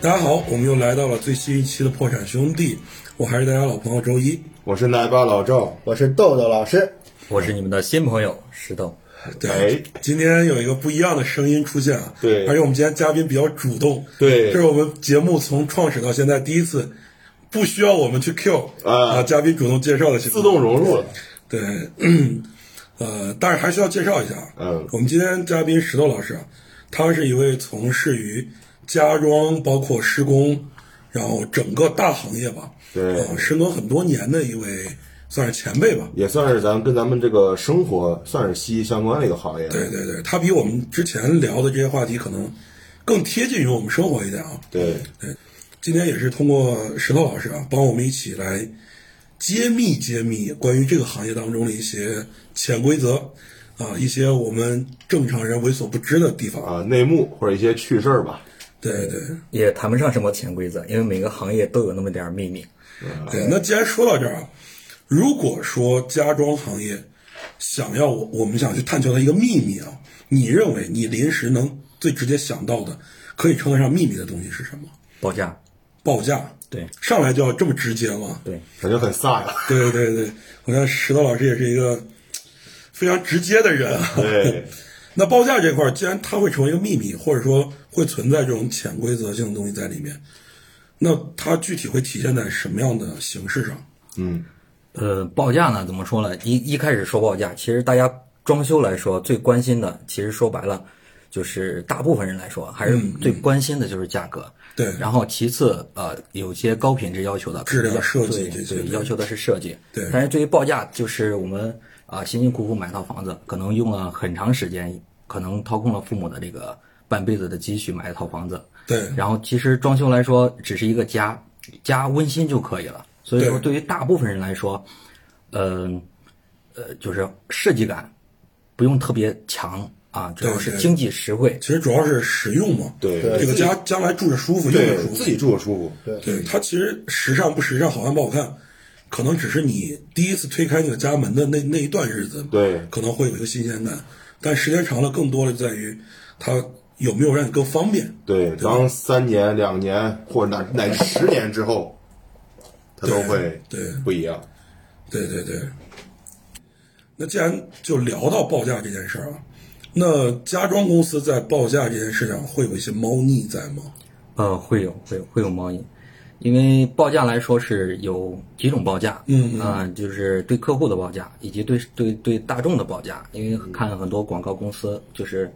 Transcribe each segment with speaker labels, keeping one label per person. Speaker 1: 大家好，我们又来到了最新一期的《破产兄弟》，我还是大家老朋友周一。
Speaker 2: 我是奶爸老赵，
Speaker 3: 我是豆豆老师，
Speaker 4: 我是你们的新朋友石头。
Speaker 1: 对，啊
Speaker 2: 哎
Speaker 1: 今天有一个不一样的声音出现啊！
Speaker 2: 对
Speaker 1: 而且我们今天嘉宾比较主动，
Speaker 2: 对
Speaker 1: 这是我们节目从创始到现在第一次不需要我们去 Q
Speaker 2: 啊
Speaker 1: 嘉宾主动介绍的情
Speaker 2: 自
Speaker 1: 况，
Speaker 2: 动融入了。
Speaker 1: 对，呃，但是还需要介绍一下，啊
Speaker 2: 嗯
Speaker 1: 我们今天嘉宾石头老师啊，他是一位从事于家装包括施工，然后整个大行业吧，
Speaker 2: 对
Speaker 1: 呃深耕很多年的一位算是前辈吧，
Speaker 2: 也算是咱跟咱们这个生活算是息息相关的一个行业。
Speaker 1: 对对对，他比我们之前聊的这些话题可能更贴近于我们生活一点啊。
Speaker 2: 对
Speaker 1: 今天也是通过石头老师啊，帮我们一起来揭秘揭秘关于这个行业当中的一些潜规则啊，一些我们正常人为所不知的地方。
Speaker 2: 啊，内幕或者一些趣事儿吧。
Speaker 1: 对对
Speaker 4: 也谈不上什么潜规则，因为每个行业都有那么点儿秘密。
Speaker 1: 对，那既然说到这儿啊，如果说家装行业想要我我们想去探求的一个秘密啊，你认为你临时能最直接想到的，可以称得上秘密的东西是什么？
Speaker 4: 报价，
Speaker 1: 报价，
Speaker 4: 对
Speaker 1: 上来就要这么直接吗？
Speaker 4: 对，
Speaker 2: 感觉很飒啊呀。
Speaker 1: 对对对，我看石头老师也是一个非常直接的人啊。
Speaker 2: 对，
Speaker 1: 那报价这块儿，既然它会成为一个秘密，或者说会存在这种潜规则性的东西在里面，那它具体会体现在什么样的形式上？
Speaker 4: 呃，报价呢，怎么说呢？一一开始说报价，其实大家装修来说最关心的，其实说白了，就是大部分人来说还是最关心的就是价格。
Speaker 1: 嗯对
Speaker 4: 然后其次，呃，有些高品质要求的
Speaker 1: 质量
Speaker 4: 可能要
Speaker 1: 设计
Speaker 4: 对
Speaker 1: 这些
Speaker 4: 对
Speaker 1: 对
Speaker 4: 要求的是设计。
Speaker 1: 对
Speaker 4: 但是对于报价，就是我们啊、辛辛苦苦买套房子，可能用了很长时间，可能掏空了父母的这个半辈子的积蓄买一套房子。
Speaker 1: 对
Speaker 4: 然后其实装修来说，只是一个家，家温馨就可以了。所以说，
Speaker 1: 对
Speaker 4: 对于大部分人来说，嗯、呃，就是设计感不用特别强啊，主要
Speaker 1: 对
Speaker 4: 是
Speaker 1: 对
Speaker 4: 经济实惠。
Speaker 1: 其实主要是实用嘛。
Speaker 2: 对
Speaker 1: 这个家将来住着舒服，用着
Speaker 2: 对
Speaker 1: 舒服。
Speaker 2: 自己住着舒服。
Speaker 3: 对
Speaker 1: 对它其实时尚不时尚，好看不好看，可能只是你第一次推开那个家门的那那一段日子，
Speaker 2: 对
Speaker 1: 可能会有一个新鲜感，但时间长了，更多的在于它有没有让你更方便。
Speaker 2: 对，当三年、两年或者乃乃至十年之后，它都会
Speaker 1: 对
Speaker 2: 不一样。
Speaker 1: 对对对。那既然就聊到报价这件事儿啊，那家装公司在报价这件事上会有一些猫腻在吗？
Speaker 4: 呃，会有会有会有猫腻，因为报价来说是有几种报价，嗯啊、就是对客户的报价，以及对对对大众的报价。因为看很多广告公司，就是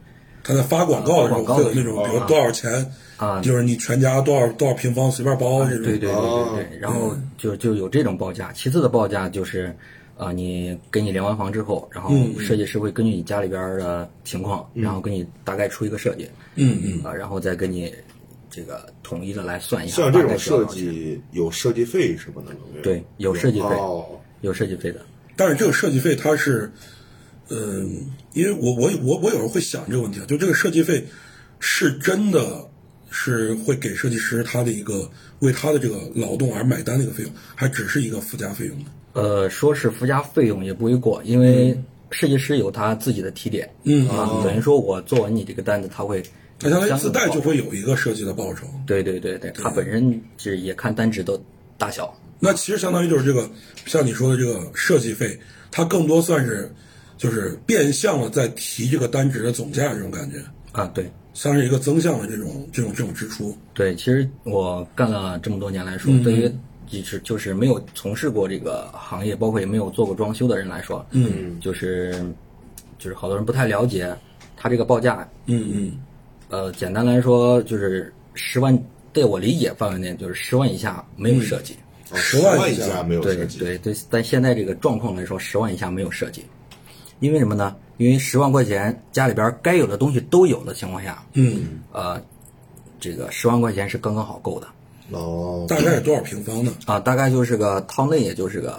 Speaker 1: 他在发广告的时候
Speaker 4: 广告
Speaker 1: 会有那种，
Speaker 4: 的
Speaker 1: 比
Speaker 4: 时候
Speaker 1: 如
Speaker 4: 啊
Speaker 1: 多少钱
Speaker 4: 啊
Speaker 1: 就是你全家多少多少平方随便包这种。
Speaker 4: 对对对
Speaker 2: 哦
Speaker 4: 对对，然后就就有这种报价。其次的报价就是，啊，你给你量完房之后，然后设计师会根据你家里边儿的情况，然后给你大概出一个设计，
Speaker 1: 嗯嗯，
Speaker 4: 啊，然后再给你这个统一的来算一下。
Speaker 2: 像这
Speaker 4: 大概
Speaker 2: 种
Speaker 4: 是要
Speaker 2: 设
Speaker 4: 多少钱，
Speaker 2: 计有设计费什么的吗，
Speaker 4: 对，有设计费，
Speaker 2: 哦，
Speaker 4: 有设计费的。
Speaker 1: 但是这个设计费它是，嗯，因为我我我我有时候会想这个问题啊，就这个设计费是真的是会给设计师他的一个为他的这个劳动而买单的一个费用，还只是一个附加费用呢？
Speaker 4: 呃，说是附加费用也不为过，因为设计师有他自己的提点，嗯啊，等于说我做完你这个单子，他会
Speaker 1: 它相当于
Speaker 4: 相应
Speaker 1: 自
Speaker 4: 的
Speaker 1: 带
Speaker 4: 报
Speaker 1: 哎就会有一个设计的报酬。
Speaker 4: 对对对对，他本身是也看单值的大小，
Speaker 1: 那其实相当于就是这个，像你说的这个设计费，它更多算是就是变相的在提这个单值的总价这种感觉，
Speaker 4: 啊，对
Speaker 1: 像是一个增项的这种这种这种支出。
Speaker 4: 对，其实我干了这么多年来说，对于就是就是没有从事过这个行业，包括也没有做过装修的人来说，嗯，就是就是好多人不太了解他这个报价，
Speaker 1: 嗯嗯，
Speaker 4: 呃，简单来说就是十万，在我理解范围内就是十万以下没有设计，
Speaker 2: 哦
Speaker 1: 十
Speaker 2: 十
Speaker 1: 万
Speaker 2: 万
Speaker 1: 以
Speaker 2: 以
Speaker 1: 下
Speaker 2: 下没有
Speaker 4: 对
Speaker 2: 设计。
Speaker 4: 对对，但现在这个状况来说，十万以下没有设计，因为什么呢？因为十万块钱家里边该有的东西都有的情况下，嗯，呃，这个十万块钱是刚刚好够的
Speaker 2: 哦，
Speaker 1: 大概是多少平方呢？
Speaker 4: 啊，大概就是个套内，也就是个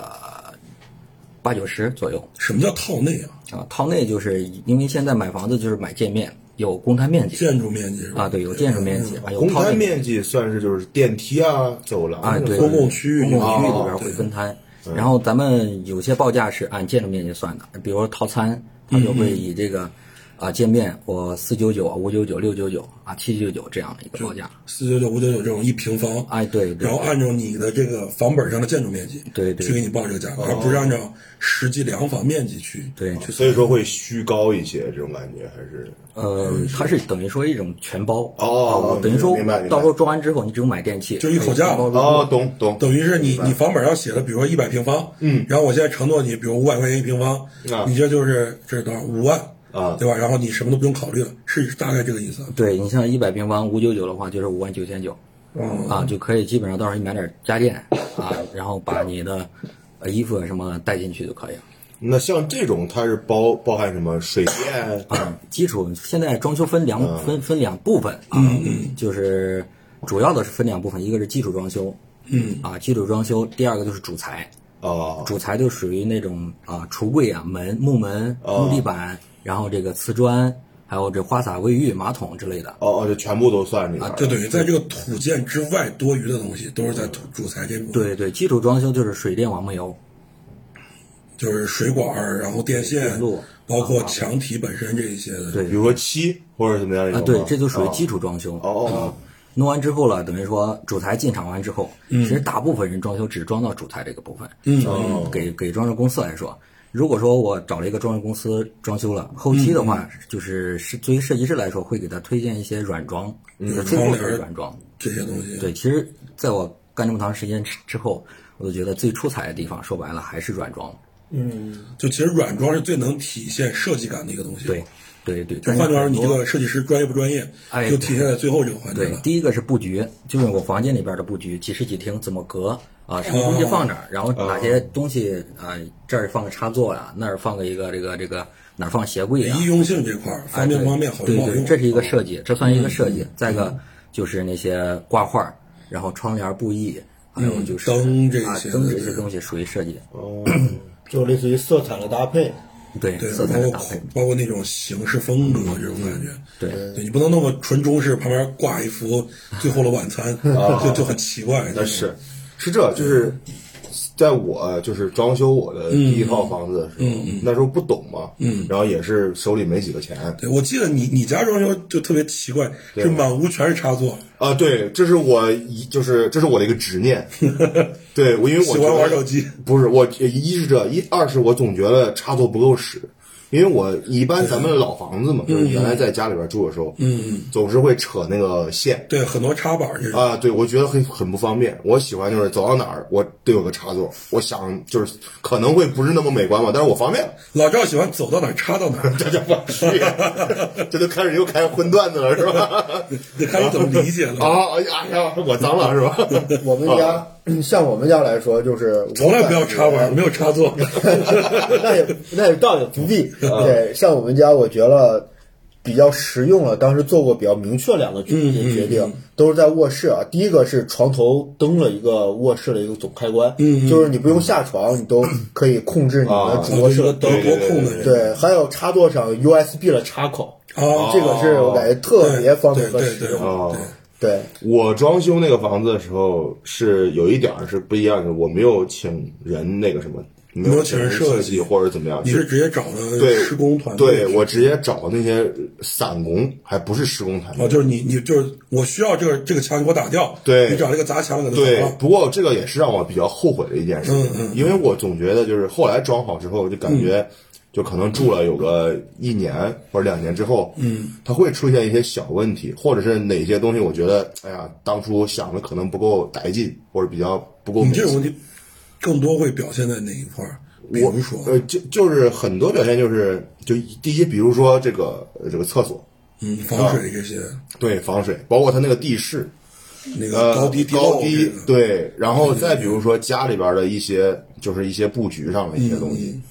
Speaker 4: 八九十左右
Speaker 1: 什么叫套内啊？
Speaker 4: 啊，套内就是因为现在买房子就是买界面，有公摊面积
Speaker 1: 建筑面积是吧嗯
Speaker 4: 啊，对，有建筑面积啊，有
Speaker 2: 公
Speaker 4: 套内
Speaker 2: 摊面积算是就是电梯啊、走廊
Speaker 4: 啊，对，
Speaker 1: 公共区域
Speaker 4: 公共区
Speaker 2: 啊
Speaker 4: 域里边
Speaker 1: 哦
Speaker 4: 会分摊。然后啊咱们有些报价是按建筑面积算的，比如说套餐，它就会以这个啊见面，我四九九、五九九、六九九啊、七九九这样的一个报价。
Speaker 1: 四九九、五九九这种一平方，
Speaker 4: 哎，对对
Speaker 1: 然后按照你的这个房本上的建筑面积，
Speaker 4: 对对
Speaker 1: 去给你报这个价格，而不是按照实际量房面积去
Speaker 4: 对，
Speaker 1: 去
Speaker 2: 所以说会虚高一些，这种感觉还是
Speaker 4: 呃，它是等于说一种全包
Speaker 2: 哦
Speaker 4: 啊等于说
Speaker 2: 明白明白
Speaker 4: 到时候装完之后，你只有买电器，
Speaker 1: 就是一口价
Speaker 4: 全包装
Speaker 2: 哦，懂懂，
Speaker 1: 等于是你你房本上写的，比如说一百平方，嗯，然后我现在承诺你，比如五百块钱一平方，
Speaker 2: 啊
Speaker 1: 你这就是这是多少五万
Speaker 2: 啊
Speaker 1: 对吧？然后你什么都不用考虑了，是大概这个意思。啊
Speaker 4: 对你像一百平方五九九的话，就是五万九千九，啊，就可以基本上到时候你买点家电啊，然后把你的呃衣服什么带进去就可以了。啊
Speaker 2: 那像这种它是包包含什么水电？啊
Speaker 4: 基础现在装修分两分分两部分啊，就是主要的是分两部分，一个是基础装修，嗯啊，基础装修，第二个就是主材，
Speaker 2: 哦，
Speaker 4: 主材就属于那种啊橱柜啊门木门
Speaker 2: 哦
Speaker 4: 木地板，然后这个瓷砖，还有这花洒卫浴马桶之类的。
Speaker 2: 哦哦，就全部都算里
Speaker 4: 啊
Speaker 2: 边儿。
Speaker 1: 就等于在这个土建之外多余的东西，都是在土主材这部分，，
Speaker 4: 对对，基础装修就是水电网木油，
Speaker 1: 就是水管儿，然后电线
Speaker 4: 电路，啊
Speaker 1: 包括墙体本身这一些的，
Speaker 4: 对
Speaker 2: 比如说漆或者怎么样的一
Speaker 4: 啊，
Speaker 2: 种
Speaker 4: 对
Speaker 2: 吗，
Speaker 4: 这就属于基础装修。
Speaker 2: 哦哦
Speaker 4: 嗯
Speaker 2: 哦
Speaker 4: 弄完之后了，等于说主材进场完之后，
Speaker 1: 嗯
Speaker 4: 其实大部分人装修只装到主材这个部分。嗯，
Speaker 1: 哦
Speaker 4: 给给装修公司来说，如果说我找了一个装修公司装修了，后期的
Speaker 1: 嗯
Speaker 4: 话，就是是对于设计师来说，会给他推荐一些软装，
Speaker 1: 嗯
Speaker 4: 就是最初的软装。
Speaker 1: 这些东西，
Speaker 4: 对，其实在我干这么长时间之之后，我就觉得最出彩的地方，说白了还是软装。
Speaker 1: 就其实软装是最能体现设计感的一个东西。
Speaker 4: 对，，对对。
Speaker 1: 就
Speaker 4: 但是
Speaker 1: 换句话说，
Speaker 4: 很
Speaker 1: 你
Speaker 4: 多
Speaker 1: 这个设计师专业不专业，
Speaker 4: 哎
Speaker 1: 就体现在最后这个环节
Speaker 4: 对，
Speaker 1: 了。
Speaker 4: 第一个是布局，就是我房间里边的布局，几室几厅怎么隔
Speaker 1: 哦
Speaker 4: 啊，什么东西放哪儿，然后哪些东西啊，这儿放个插座啊，那儿放个一个这个这个哪儿放鞋柜啊
Speaker 1: 医，用性这块儿，方便不方便，好哦
Speaker 4: 对
Speaker 1: 用不好
Speaker 4: 对，
Speaker 1: 用，
Speaker 4: 这是一个设计，这算一个
Speaker 1: 嗯
Speaker 4: 设计。再一个就是那些挂画儿，然后窗帘布艺，还有就是
Speaker 1: 嗯灯这
Speaker 4: 啊
Speaker 1: 些的
Speaker 4: 灯这
Speaker 1: 对哦
Speaker 4: 些东西属于设计，
Speaker 5: 就类似于色彩的搭配。
Speaker 4: 对
Speaker 1: 对，
Speaker 4: 色
Speaker 1: 包
Speaker 4: 彩的
Speaker 1: 括
Speaker 4: 搭配，
Speaker 1: 包括那种形式风格这种感觉。
Speaker 4: 对。
Speaker 1: 对你不能那么纯中式，旁边挂一幅《最后的晚 餐》
Speaker 4: 啊
Speaker 1: 就就很奇怪。
Speaker 2: 那哎是是这，就是在我就是装修我
Speaker 4: 嗯
Speaker 2: 的第一套房子的时候，那时候不懂嘛，嗯，然后也是手里没几个钱
Speaker 1: 对，我记得你你家装修就特别奇怪，是满屋全是插座，
Speaker 2: 啊，对，这是我一就是这是我的一个 执念，对我因为我
Speaker 1: 喜
Speaker 2: 觉
Speaker 1: 欢
Speaker 2: 得
Speaker 1: 玩手机。
Speaker 2: 不是我一是这一，二是我总觉得插座不够使，因为我一般咱们老房子嘛，
Speaker 1: 嗯
Speaker 2: 就是原来在家里边住的时候，嗯，总是会扯那个线
Speaker 1: 对，很多插板这种。
Speaker 2: 啊，对我觉得很很不方便。我喜欢就是走到哪儿我都有个插座，我想就是可能会不是那么美观吧，但是我方便。
Speaker 1: 老赵喜欢走到哪儿插到 哪儿，
Speaker 2: 这就 我去，这都开始又开始混段子了是吧？
Speaker 1: 你看你怎么理解了？
Speaker 2: 啊，哎呀哎呀，我脏了是吧？
Speaker 5: 我们家 像我们家来说，就是我
Speaker 1: 啊从来不要
Speaker 5: 感觉
Speaker 1: 插板，没有插座。
Speaker 5: 那也那也倒也不必。
Speaker 1: 啊
Speaker 5: 对，像我们家，我觉得比较实用了。当时做过比较明确两个决
Speaker 1: 嗯
Speaker 5: 决定，都是在卧室啊。第一个是床头灯了一个卧室的一个总开关，
Speaker 1: 嗯
Speaker 5: 就是你不用下床，你都可以控制你的
Speaker 2: 啊
Speaker 5: 主卧
Speaker 1: 是
Speaker 5: 室
Speaker 1: 个
Speaker 5: 的
Speaker 1: 德
Speaker 5: 灯。
Speaker 1: 国控的人。
Speaker 5: 对，还有插座上 USB 的插口，
Speaker 1: 啊，
Speaker 5: 这个是我感觉特别方便和
Speaker 1: 对
Speaker 5: 实
Speaker 1: 对
Speaker 5: 用。
Speaker 2: 哦
Speaker 1: 对。
Speaker 5: 对，
Speaker 2: 我装修那个房子的时候是有一点儿是不一样的，我没有请人那个什么，没
Speaker 1: 没有
Speaker 2: 有
Speaker 1: 请
Speaker 2: 请
Speaker 1: 人
Speaker 2: 人
Speaker 1: 设
Speaker 2: 设
Speaker 1: 计
Speaker 2: 计或者怎么样，
Speaker 1: 你是直接找的
Speaker 2: 对
Speaker 1: 施工团队
Speaker 2: 对，我直接找那些散工，还不是施工团
Speaker 1: 哦，
Speaker 2: 队。
Speaker 1: 就是你你就是我需要这个这个墙给我打掉，
Speaker 2: 对
Speaker 1: 你找这个砸墙给它
Speaker 2: 对
Speaker 1: 砸了，，
Speaker 2: 不过这个也是让我比较后悔的一件事情，
Speaker 1: 嗯
Speaker 2: 因为我总觉得就是后来装好之后，就感觉就可能住了有个一年或者两年之后，嗯，它会出现一些小问题，或者是哪些东西我觉得，哎呀，当初想的可能不够带劲，或者比较不够美
Speaker 1: 你
Speaker 2: 观。
Speaker 1: 这种问题更多会表现在哪一块儿？比
Speaker 2: 我
Speaker 1: 如说，
Speaker 2: 呃，就就是很多表现就是，就第一，比如说这个呃这个厕所，
Speaker 1: 嗯，防水这些，
Speaker 2: 对防水，包括它那个地势，
Speaker 1: 那
Speaker 2: 呃
Speaker 1: 个高低地
Speaker 2: 高
Speaker 1: 漏
Speaker 2: 低
Speaker 1: 这个，
Speaker 2: 对，然后再比如说家里边的一些就是一些布局上的一些
Speaker 1: 嗯
Speaker 2: 东西，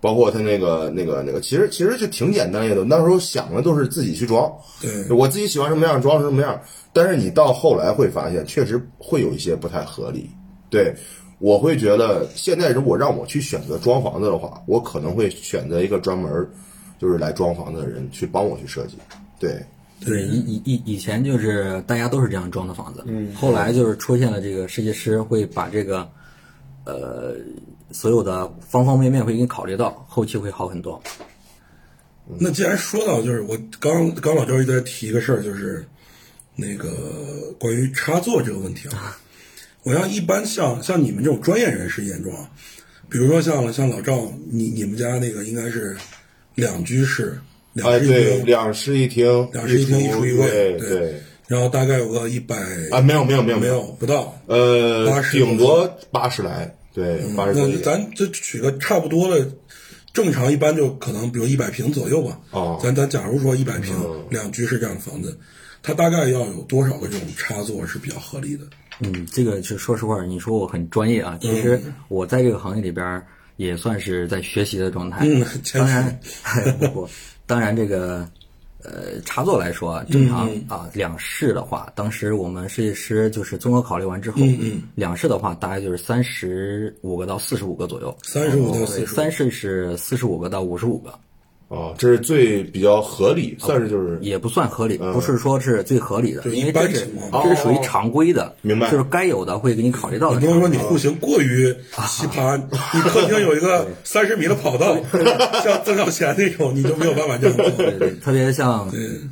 Speaker 2: 包括它那个那个那个，其实其实就挺简单的一个东西，那时候想的都是自己去装，
Speaker 1: 对
Speaker 2: 我自己喜欢什么样装什么样，但是你到后来会发现，确实会有一些不太合理，对。我会觉得，现在如果让我去选择装房子的话，我可能会选择一个专门儿就是来装房子的人去帮我去设计，对，
Speaker 4: 对，以以以以前就是大家都是这样装的房子，嗯，后来就是出现了这个设计师会把这个，呃，所有的方方面面会给你考虑到，后期会好很多。
Speaker 1: 那既然说到，就是我刚刚老周一直在提一个事儿，就是那个关于插座这个问题啊。我要一般像像你们这种专业人士眼中啊，比如说像像老赵，你你们家那个应该是两居室，两
Speaker 2: 哎，
Speaker 1: 室一卫
Speaker 2: 对，两室一厅，
Speaker 1: 两室一厅一厨
Speaker 2: 厨
Speaker 1: 一
Speaker 2: 对
Speaker 1: 卫，
Speaker 2: 对。
Speaker 1: 然后大概有个一百
Speaker 2: 啊，没有没有没有
Speaker 1: 没有，不到，
Speaker 2: 呃，
Speaker 1: 80
Speaker 2: 顶多八十来，对，八十多一
Speaker 1: 嗯那
Speaker 2: 点。
Speaker 1: 咱就取个差不多的，正常一般就可能比如一百平左右吧。
Speaker 2: 哦嗯
Speaker 1: 咱咱假如说一百平、两居室这样的房子，它大概要有多少个这种插座是比较合理的？
Speaker 4: 嗯，这个是说实话，你说我很专业啊，
Speaker 1: 嗯
Speaker 4: 其实我在这个行业里边儿也算是在学习的状态。
Speaker 1: 嗯谦虚
Speaker 4: 当然， 不不，当然这个呃插座来说，正
Speaker 1: 嗯
Speaker 4: 常、啊两室的话，当时我们设计师就是综合考虑完之后，
Speaker 1: 嗯
Speaker 4: 两室的话大概就是三十五个到四十五个左右，
Speaker 1: 三十五到四
Speaker 4: 对，
Speaker 1: 十，
Speaker 4: 三室是四十五个到五十五个，
Speaker 2: 哦，这是最比较合理，
Speaker 1: 啊
Speaker 2: 算是就是
Speaker 4: 也不算合理，
Speaker 2: 嗯
Speaker 4: 不是说是最合理的，
Speaker 1: 对
Speaker 4: 因为
Speaker 1: 一般
Speaker 4: 这是
Speaker 1: 情况
Speaker 4: 这是属于常规的，
Speaker 2: 哦明白
Speaker 4: 就是该有的会给你考虑到的
Speaker 1: 你
Speaker 4: 这
Speaker 1: 不能
Speaker 4: 样。
Speaker 1: 说你户型过于奇 葩，你客厅有一个三十米的跑道，像曾小贤那种，你就没有办法这样
Speaker 4: 对
Speaker 1: 做。
Speaker 4: 对， 特别像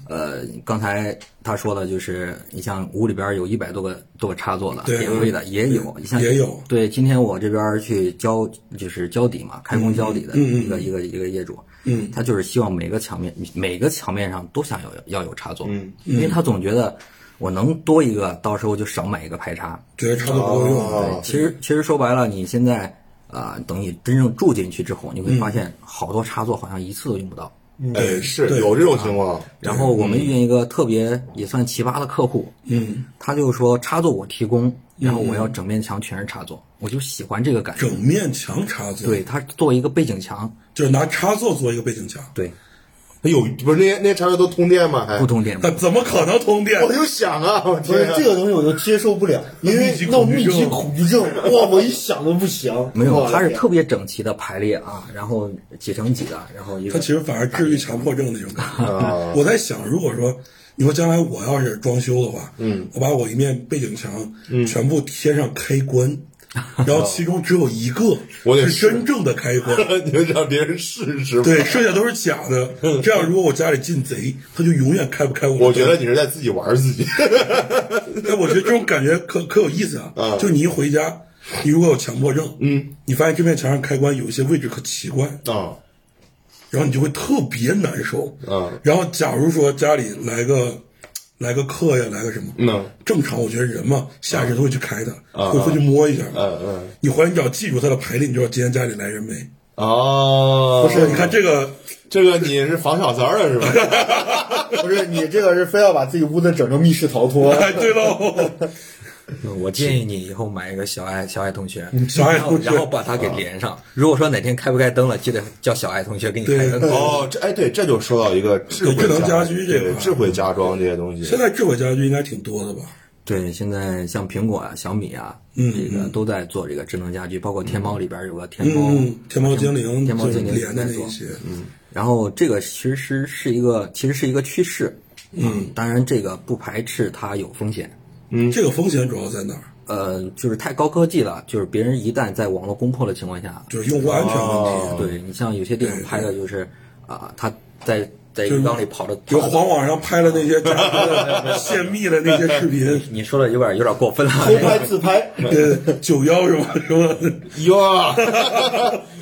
Speaker 4: 呃，刚才他说的，就是你像屋里边有一百多个多个插座的，
Speaker 1: 对
Speaker 4: 也会的，也有。你像
Speaker 1: 也有
Speaker 4: 对，今天我这边去交就是交底嘛，开工交底的一个一个一个业主，嗯，他就是希望每个墙面每个墙面上都想要有要有插座，嗯，因为他总觉得我能多一个，到时候就少买一个排插，
Speaker 1: 觉得插座不够用，啊
Speaker 2: 哦
Speaker 4: 其实其实说白了，你现在啊、等你真正住进去之后，你会发现好多插座好像一次都用不到。
Speaker 2: 哎，是
Speaker 1: 对啊
Speaker 2: 有这种情况。
Speaker 4: 然后我们遇见一个特别也算奇葩的客户，嗯，他就说插座我提供，然后我要整面墙全是插座，我就喜欢这个感觉。
Speaker 1: 整面墙插座，
Speaker 4: 对，，他做一个背景墙，
Speaker 1: 就是拿插座做一个背景墙，
Speaker 4: 对，
Speaker 2: 哎有不是那些那些插座都通电吗？还
Speaker 4: 不通电，
Speaker 1: 那怎么可能通电？
Speaker 2: 我就想啊，我
Speaker 5: 不是
Speaker 2: 天啊，
Speaker 5: 这个东西我就接受不了，因为闹密集恐惧症，哇，我一想都不行。
Speaker 4: 没有，
Speaker 5: 我的
Speaker 4: 它是
Speaker 5: 天
Speaker 4: 特别整齐的排列啊，然后几乘几的，然后一
Speaker 1: 它
Speaker 4: 个
Speaker 1: 其实反而治愈强迫症那种感
Speaker 2: 啊
Speaker 1: 觉。 我在想，如果说你说将来我要是装修的话，嗯，我把我一面背景墙
Speaker 2: 嗯
Speaker 1: 全部贴上开 关，然后其中只有一个
Speaker 2: 我得
Speaker 1: 是
Speaker 2: 试
Speaker 1: 真正的开关，
Speaker 2: 你就让别人试试吧。
Speaker 1: 对，剩下都是假的。这样，如果我家里进贼，他就永远开不开我的
Speaker 2: 我觉
Speaker 1: 灯
Speaker 2: 得你是在自己玩自己。
Speaker 1: 哎，我觉得这种感觉可可有意思啊！
Speaker 2: 嗯
Speaker 1: 就你一回家，你如果有强迫症，嗯，你发现这面墙上开关有一些位置可奇怪，
Speaker 2: 啊
Speaker 1: 然后你就会特别难受。
Speaker 2: 嗯
Speaker 1: 然后假如说家里来个来个客呀，来个什么，
Speaker 2: 嗯
Speaker 1: 正常我觉得人嘛，下意识都会去开它，会会去摸一下。
Speaker 2: 嗯嗯
Speaker 1: 你回来你只要记住它的排列，你就知道今天家里来人没。
Speaker 2: 啊！
Speaker 1: 不是，你看这个，，
Speaker 2: 这个你是防小三儿了是吧？
Speaker 5: 不是你这个是非要把自己屋子整成密室 逃脱
Speaker 1: 哎，对喽，
Speaker 4: 嗯
Speaker 6: 我建议你以后买一个小爱小爱同学，
Speaker 1: 小爱同学
Speaker 6: 然后然后把它给连上。如果说哪天开不开灯了，记得叫小爱同学给你开灯。
Speaker 4: 啊
Speaker 2: 哦，这哎对，这就说到一个智慧
Speaker 1: 对智能家居这
Speaker 2: 对
Speaker 1: 块儿
Speaker 2: 智慧家装这些东西。
Speaker 1: 现在智慧家居应该挺多的吧？
Speaker 4: 对，现在像苹果啊、小米啊，
Speaker 1: 嗯
Speaker 4: 这个都在做这个智能家居，包括天猫里边有个天猫
Speaker 1: 嗯，天猫精灵
Speaker 4: 哦天猫
Speaker 1: 就是
Speaker 4: 精灵
Speaker 1: 连的
Speaker 4: 在
Speaker 1: 那
Speaker 4: 做
Speaker 1: 一些，
Speaker 4: 然后这个其实是一个，其实是一个趋势。嗯，当然这个不排斥它有风险。
Speaker 1: 嗯，这个风险主要在哪儿？
Speaker 4: 呃，就是太高科技了，就是别人一旦在网络攻破的情况下，
Speaker 1: 就是用户安全问题。
Speaker 2: 哦
Speaker 4: 对你像有些电影拍的就是啊、他在在
Speaker 1: 是
Speaker 4: 浴缸里跑着，
Speaker 1: 有黄网上拍了那些假的泄密的那些视频，
Speaker 4: 你说的有点有点过分了。
Speaker 5: 偷拍自拍。
Speaker 1: 呃，九幺什么什么的，
Speaker 2: 哟，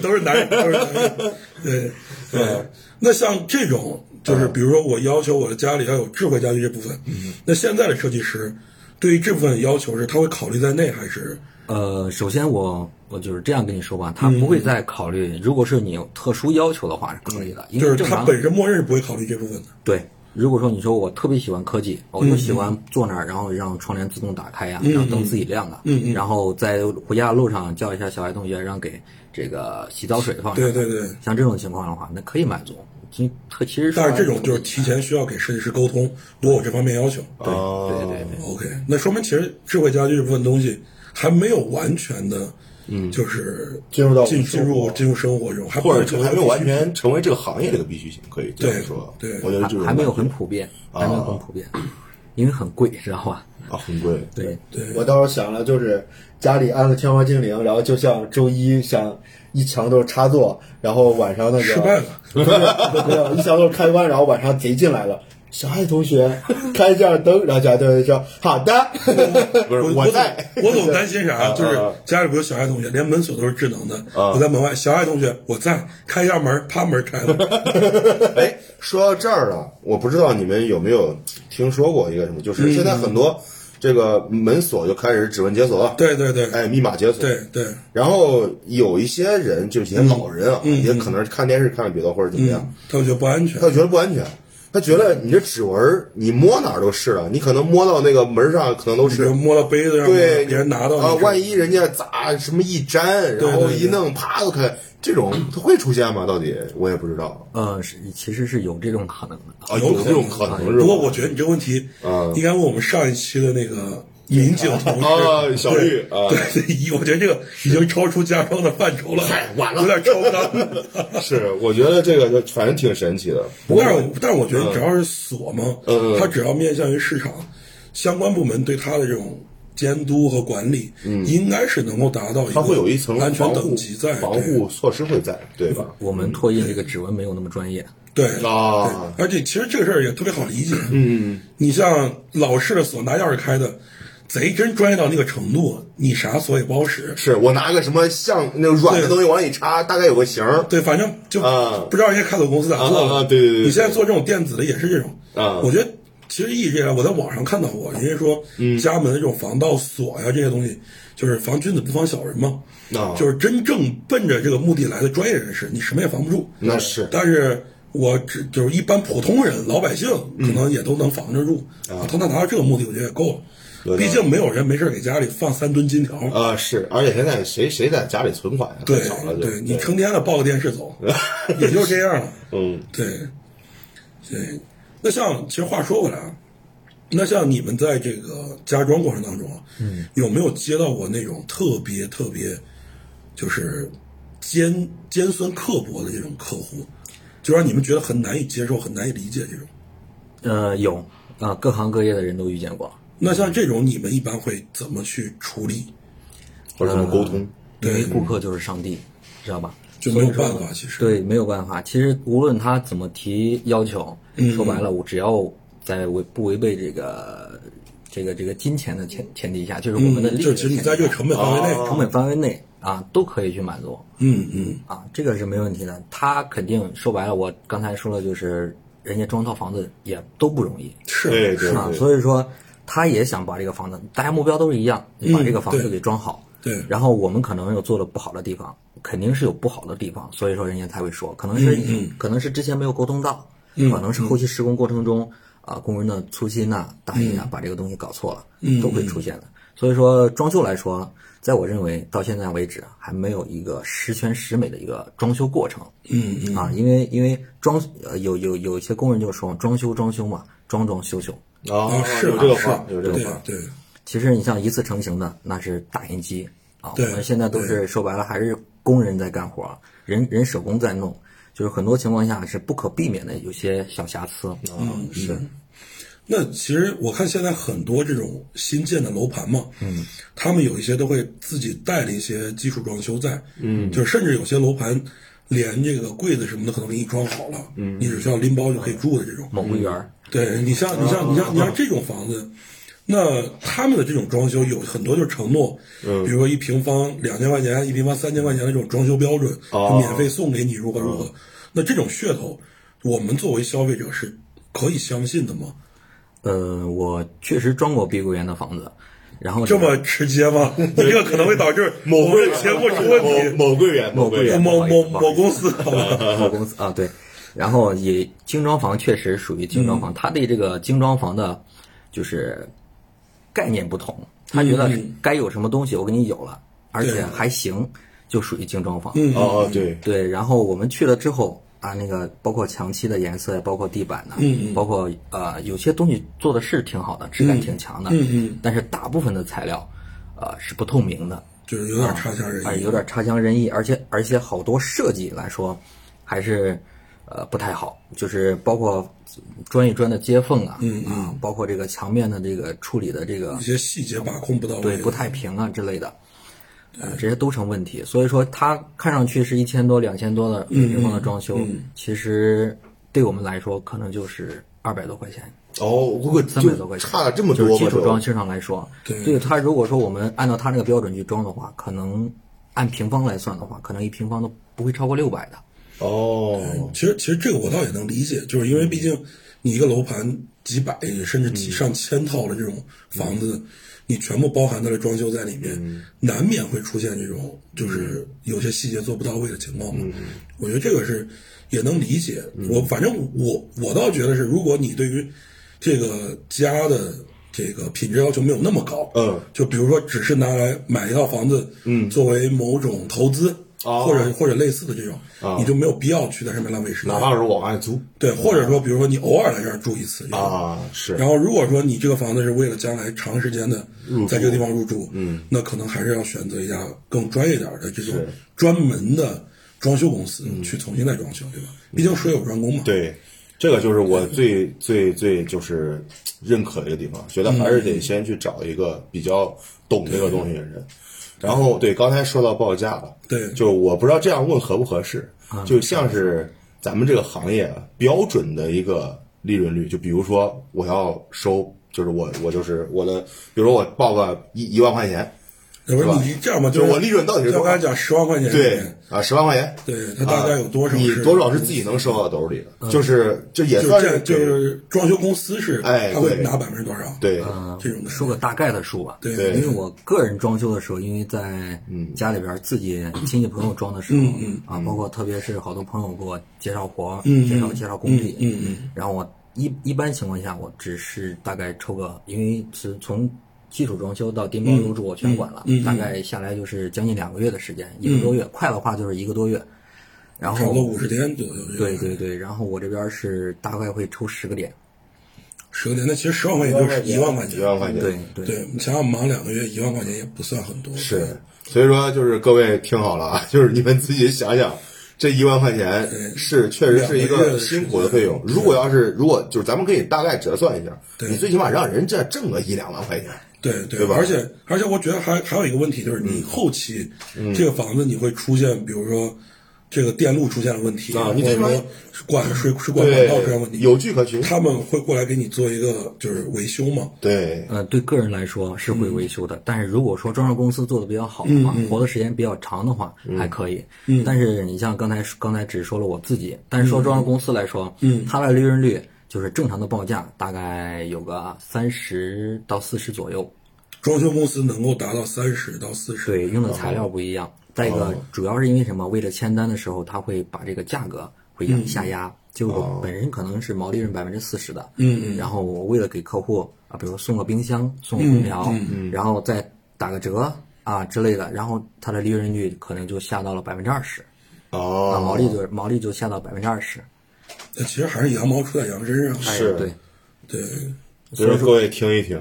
Speaker 1: 都是男人，都是男人。对，对。那像这种，就是比如说我要求我的家里要有智慧家居这部分，那现在的设计师对于这部分要求是，他会考虑在内还是？
Speaker 4: 呃，首先我我就是这样跟你说吧，他不会
Speaker 1: 嗯
Speaker 4: 再考虑，如果是你有特殊要求的话是可以的，
Speaker 1: 嗯
Speaker 4: 因
Speaker 1: 就
Speaker 4: 为
Speaker 1: 是
Speaker 4: 正
Speaker 1: 他
Speaker 4: 常
Speaker 1: 本身默认是不会考虑这部分的。
Speaker 4: 对，如果说你说我特别喜欢科技，我
Speaker 1: 嗯
Speaker 4: 就喜欢坐那儿，然后让窗帘自动打开呀、让灯自己亮啊，
Speaker 1: 嗯
Speaker 4: 然后在回家的路上叫一下小爱同学，让给这个洗澡水放上。
Speaker 1: 对对对。
Speaker 4: 像这种情况的话，那可以满足。其特其实说
Speaker 1: 但
Speaker 4: 来
Speaker 1: 是这种就是提前需要给设计师沟通，我有这方面要求。
Speaker 4: 对对对对，
Speaker 1: OK，那说明其实智慧家居这部分东西还没有完全的，嗯，就是
Speaker 5: 进入到我们
Speaker 1: 进
Speaker 5: 生
Speaker 1: 进入
Speaker 5: 活
Speaker 1: 进入生活中，还不
Speaker 2: 或者
Speaker 1: 是
Speaker 2: 这
Speaker 1: 成为
Speaker 2: 还没有完全成为这个行业的一个必需性，可以这样
Speaker 1: 对
Speaker 2: 说。
Speaker 1: 对
Speaker 2: 我觉得这种
Speaker 4: 还还没有
Speaker 2: 感觉
Speaker 4: 很普遍，还没有
Speaker 1: 哦
Speaker 4: 很普遍，因为很贵，知道吧？
Speaker 2: 啊，很贵。
Speaker 4: 对，
Speaker 1: 对
Speaker 5: 我倒是想了，就是家里安了天花精灵，然后就像周一想一墙都是插座，然后晚上那个
Speaker 1: 失败了，
Speaker 5: 不是 没有一墙都是开关，然后晚上贼进来了。小爱同学，开一下灯，然后小爱同学说：“好的。
Speaker 2: 不是
Speaker 1: 我
Speaker 2: 我
Speaker 1: 总
Speaker 2: 在，
Speaker 1: 我总担心啥，就是
Speaker 2: 啊
Speaker 1: 家里不是有小爱同学，连门锁都是智能的。我在门外，小爱同学，我在，开一下门，啪，门开 了。
Speaker 2: 哎， 说到这儿了，我不知道你们有没有听说过一个什么，就是
Speaker 1: 嗯
Speaker 2: 现在很多这个门锁就开始指纹解锁了，
Speaker 1: 对对对
Speaker 2: 哎，密码解锁，
Speaker 1: 对嗯对，
Speaker 2: 然后有一些人，就是一些老人啊，也可能是看电视看的比较多或者怎么样，
Speaker 1: 他们觉得嗯不安全
Speaker 2: 他。就觉得不安全，他觉得你这指纹儿你摸哪儿都是啊，你可能摸到那个门上可能都
Speaker 1: 比
Speaker 2: 是
Speaker 1: 如。摸到杯子上，
Speaker 2: 对，
Speaker 1: 别人拿到
Speaker 2: 啊，
Speaker 1: 你是
Speaker 2: 万一人家咋什么一粘，然后
Speaker 1: 对对
Speaker 2: 一弄，啪就开，这种它会出现吗？到底我也不知道
Speaker 4: 呃，是其实是有这种可能的。
Speaker 2: 啊，有这种可能是吧？
Speaker 1: 不过我觉得你这个问题，应该问我们上一期的那个民警同事
Speaker 2: 啊小绿啊
Speaker 1: 对，对我觉得这个已经超出家装的范畴了，
Speaker 2: 太晚了
Speaker 1: 有点超 纲。
Speaker 2: 是，我觉得这个就反正挺神奇的。不过嗯
Speaker 1: 但是我但是我觉得只要是锁嘛，
Speaker 2: 嗯嗯
Speaker 1: 它只要面向于市场，相关部门对它的这种监督和管理，应该是能够达到一个
Speaker 2: 嗯它会有一层
Speaker 1: 安全
Speaker 2: 防护
Speaker 1: 等级在
Speaker 2: 防护措施会在，对吧？
Speaker 4: 我们拓印这个指纹没有那么专业，
Speaker 1: 对对
Speaker 2: 啊
Speaker 1: 而且其实这个事儿也特别好理解，嗯，你像老式的锁拿钥匙开的，贼真专业到那个程度，你啥锁也不好使。
Speaker 2: 是我拿个什么像那种软的东西往里插，大概有个形儿。
Speaker 1: 对，反正就
Speaker 2: 啊
Speaker 1: 不知道人家开锁公司咋做
Speaker 2: 啊啊
Speaker 1: 的。
Speaker 2: 啊对对对对
Speaker 1: 你现在做这种电子的也是这种。
Speaker 2: 啊
Speaker 1: 我觉得其实一直以来我在网上看到过，人家说
Speaker 2: 嗯
Speaker 1: 家门的这种防盗锁呀这些东西，就是防君子不防小人嘛。
Speaker 2: 啊
Speaker 1: 就是真正奔着这个目的来的专业人士，你什么也防不住。
Speaker 2: 那是
Speaker 1: 但是我只就是一般普通人、老百姓，
Speaker 2: 嗯
Speaker 1: 可能也都能防得住。啊，他能达到这个目的，我觉得也够
Speaker 2: 有
Speaker 1: 了。
Speaker 2: 道理
Speaker 1: 毕竟没有人没事儿给家里放三吨金条。
Speaker 2: 啊，是，而且现在谁谁在家里存款呀？啊
Speaker 1: 对
Speaker 2: 很少了就，
Speaker 1: 对，你成天的抱个电视走，也就这样了。
Speaker 2: 嗯，
Speaker 1: 对，对。那像其实话说回来啊，那像你们在这个家装过程当中，嗯，有没有接到过那种特别特别就是尖尖酸刻薄的这种客户，就让你们觉得很难以接受、很难以理解这种？嗯
Speaker 4: 呃，有啊、各行各业的人都遇见过。
Speaker 1: 那像这种，你们一般会怎么去处理？
Speaker 2: 或者怎么沟通？
Speaker 4: 因为顾客就是上帝，知道吧？
Speaker 1: 就没有办法，其实
Speaker 4: 对，没有办法。其实无论他怎么提要求，
Speaker 1: 嗯
Speaker 4: 说白了，我只要在违不违背这个这个这个金钱的前前提下，就是我们的
Speaker 1: 嗯
Speaker 4: 利益
Speaker 1: 就
Speaker 4: 的
Speaker 1: 其实
Speaker 4: 前
Speaker 1: 你
Speaker 4: 提下、
Speaker 1: 在这个成本范围内，
Speaker 4: 成本范围内啊，都可以去满足
Speaker 1: 嗯嗯，
Speaker 4: 啊，这个是没问题的。他肯定说白了，我刚才说了，就是人家装套房子也都不容易，
Speaker 1: 是
Speaker 2: 对对
Speaker 4: 啊，
Speaker 2: 对，
Speaker 4: 所以说他也想把这个房子，大家目标都是一样，你把这个房子给装好。
Speaker 1: 对
Speaker 4: 然后我们可能有做的不好的地方，肯定是有不好的地方，所以说人家才会说，可能是、可能是之前没有沟通到，可能是后期施工过程中啊、工人的粗心呐、大意啊，把这个东西搞错了，都会出现的。所以说装修来说，在我认为到现在为止还没有一个十全十美的一个装修过程。嗯嗯啊，因为因为装呃有有有一些工人就说装修装修嘛，装装修修。
Speaker 2: 啊，
Speaker 1: 嗯是
Speaker 2: 有这个
Speaker 1: 是
Speaker 2: 话，有这个
Speaker 1: 对
Speaker 2: 话，
Speaker 1: 对，
Speaker 4: 其实你像一次成型的，那是打印机啊，我
Speaker 1: 对
Speaker 4: 们现在都是说白了还是工人在干活，人人手工在弄，就是很多情况下是不可避免的有些小瑕疵。
Speaker 2: 嗯，是，
Speaker 1: 那其实我看现在很多这种新建的楼盘嘛，嗯，他们有一些都会自己带了一些基础装修在，嗯，就是甚至有些楼盘连这个柜子什么的可能给你装好了，嗯，你只需要拎包就可以住的这种。
Speaker 4: 某个园儿，
Speaker 1: 对你像你像你像你像这种房子，那他们的这种装修有很多就是承诺，嗯，比如说一平方两千块钱，一平方三千块钱的这种装修标准，
Speaker 2: 哦
Speaker 1: 免费送给你，如何如何。那这种噱头，我们作为消费者是可以相信的吗？
Speaker 4: 呃，我确实装过碧桂园的房子，然后
Speaker 1: 嗯这么直接吗？你这个可能会导致
Speaker 2: 某
Speaker 1: 们节目出问题。
Speaker 2: 某某柜员，某柜员，
Speaker 1: 某某
Speaker 4: 不好
Speaker 1: 某
Speaker 4: 意
Speaker 1: 公司，
Speaker 4: 思
Speaker 1: 好吧，
Speaker 4: 某公司啊，对，然后也精装房确实属于精装
Speaker 1: 嗯
Speaker 4: 房，他对这个精装房的，就是概念不同，他觉得该有什么东西我给你有了，而
Speaker 1: 嗯对
Speaker 4: 且还行，就属于精装房。
Speaker 1: 嗯
Speaker 2: 哦哦，对，
Speaker 4: 对，然后我们去了之后啊，那个包括墙漆的颜色呀，包括地板呐、嗯包括呃有些东西做的是挺好的，质感挺强的，嗯嗯，但是大部分的材料，呃是不透明的，
Speaker 1: 就是有点差强人
Speaker 4: 哎，
Speaker 1: 意。
Speaker 4: 有点差强人意，而且而且好多设计来说，还是呃不太好，就是包括砖与砖的接缝啊，啊，包括这个墙面的这个处理的这个
Speaker 1: 一些细节把控不到位，
Speaker 4: 对不太平啊之类的，呃这些都成问题。所以说，它看上去是一千多、两千多的
Speaker 2: 嗯
Speaker 4: 平方的装修，其实对我们来说可能就是二百多块钱。
Speaker 2: 哦，我
Speaker 4: 三
Speaker 2: 就
Speaker 4: 百多块钱，
Speaker 2: 差了这么多
Speaker 4: 就
Speaker 2: 吧，
Speaker 4: 是基础
Speaker 2: 都
Speaker 4: 装修上来说，
Speaker 1: 对
Speaker 4: 对它如果说我们按照它那个标准去装的话，可能按平方来算的话，可能一平方都不会超过六百的。
Speaker 2: 哦，
Speaker 1: 其实其实这个我倒也能理解，就是因为毕竟你一个楼盘几百甚至几上千套的这种房子，你全部包含在了装修在里面，难免会出现这种就是有些细节做不到位的情况嘛。我觉得这个是也能理解。我反正我我倒觉得是，如果你对于这个家的这个品质要求没有那么高，
Speaker 2: 嗯
Speaker 1: 就比如说只是拿来买一套房子，嗯，作为某种投资。
Speaker 2: 哦
Speaker 1: 或者或者类似的这种，
Speaker 2: 啊
Speaker 1: 你就没有必要去在上面浪费时间
Speaker 2: 哪。怕是哦我往外租
Speaker 1: 对，或者说，比如说你偶尔来这儿住一次，
Speaker 2: 啊，是
Speaker 1: 然后如果说你这个房子是为了将来长时间的在这个地方入住，嗯，那可能还是要选择一家更专业点儿的这种
Speaker 2: 是嗯
Speaker 1: 专门的装修公司去重新再装修，对吧？毕竟水有专攻嘛。，
Speaker 2: 对，这个就是我最最最就是认可的一个地方，觉得还是得先去找一个比较懂这个东西的人。然后对，刚才说到报价了，
Speaker 1: 对啊
Speaker 2: 就我不知道这样问合不合适，就像是咱们这个行业啊标准的一个利润率，就比如说我要收，就是我我就是我的，比如说我报个一一万块钱，
Speaker 1: 要不
Speaker 2: 是吧
Speaker 1: 然你这样吧，
Speaker 2: 就是我利润到底是
Speaker 1: 像
Speaker 2: 多少
Speaker 1: 刚才讲十万块钱，
Speaker 2: 对啊，十万块钱，啊
Speaker 1: 对，它大概有多少
Speaker 2: 你
Speaker 1: 是？嗯
Speaker 2: 多少是自己能收到兜里的，就是这也
Speaker 1: 就
Speaker 2: 算
Speaker 1: 这
Speaker 2: 是
Speaker 1: 就是啊装修公司是，
Speaker 2: 哎
Speaker 1: 他会
Speaker 2: 对
Speaker 1: 拿百分之多少？，
Speaker 2: 对
Speaker 4: 嗯
Speaker 1: 这种的
Speaker 4: 说个大概的数吧。
Speaker 1: 对
Speaker 2: 对
Speaker 4: 因为我个人装修的时候，因为在家里边儿自己亲戚朋友装的时候，
Speaker 1: 嗯
Speaker 4: 啊，包括特别是好多朋友给我介绍活儿，介绍介绍工地，
Speaker 1: 嗯嗯
Speaker 4: 然后我一一般情况下，我只是大概抽个，因为是从基础装修到钉包入住我全管了，
Speaker 1: 嗯
Speaker 4: 大概下来就是将近两个月的时间，一个多月，快的话就是一个多月，然
Speaker 1: 差
Speaker 4: 后
Speaker 1: 不多五十天左右。
Speaker 4: 对，对对，然后我这边儿是大概会抽十个点，
Speaker 1: 十个天，那其实十万块钱就是一万块钱，
Speaker 2: 一万块钱，
Speaker 4: 对对
Speaker 1: 对你想想，忙两个月一万块钱也不算很多，
Speaker 2: 是，所以说就是各位听好了啊， 就是你们自己想想，这一万块钱是确实是一
Speaker 1: 两个月的时间
Speaker 2: 辛苦的费用。如果要是如果就是咱们可以大概折算一下，
Speaker 1: 对
Speaker 2: 你最起码让人家挣个一两万块钱。
Speaker 1: 对对
Speaker 2: 对吧嗯
Speaker 1: 而且而且，我觉得还还有一个问题就是，你后期这个房子你会出现，比如说这个电路出现了问题
Speaker 2: 啊你
Speaker 1: 或者
Speaker 2: 最起码
Speaker 1: 说管水水管管道出现问
Speaker 2: 对，
Speaker 1: 题，
Speaker 2: 有据可循。
Speaker 1: 他们会过来给你做一个就是维修嘛？
Speaker 2: 对，
Speaker 4: 呃，对个人来说是会维修的，但是如果说装修公司做的比较好的话，活的时间比较长的话，还可以。但是你像刚才刚才只说了我自己，但是说装修公司来说，嗯，它的利润率就是正常的报价大概有个三十到四十左右，
Speaker 1: 装修公司能够达到三十到四十，
Speaker 4: 对，用
Speaker 7: 哦
Speaker 4: 的材料不一样。再一个，主要是因为什么？为了签单的时候，他会把这个价格会
Speaker 7: 嗯
Speaker 4: 压下压。就
Speaker 7: 哦
Speaker 4: 我本身可能是毛利润百分之四十的，嗯，然后我为了给客户啊，比如送个冰箱、送
Speaker 7: 嗯
Speaker 4: 个空调，然后再打个折啊之类的，然后它的利润率可能就下到了百分之二十，啊，毛
Speaker 2: 哦，
Speaker 4: 利就毛利就下到百分之二十，
Speaker 1: 那其实还是羊毛出在羊身上。
Speaker 4: 哎
Speaker 2: 是
Speaker 4: 对，
Speaker 1: 对，
Speaker 2: 所以说各位听一听，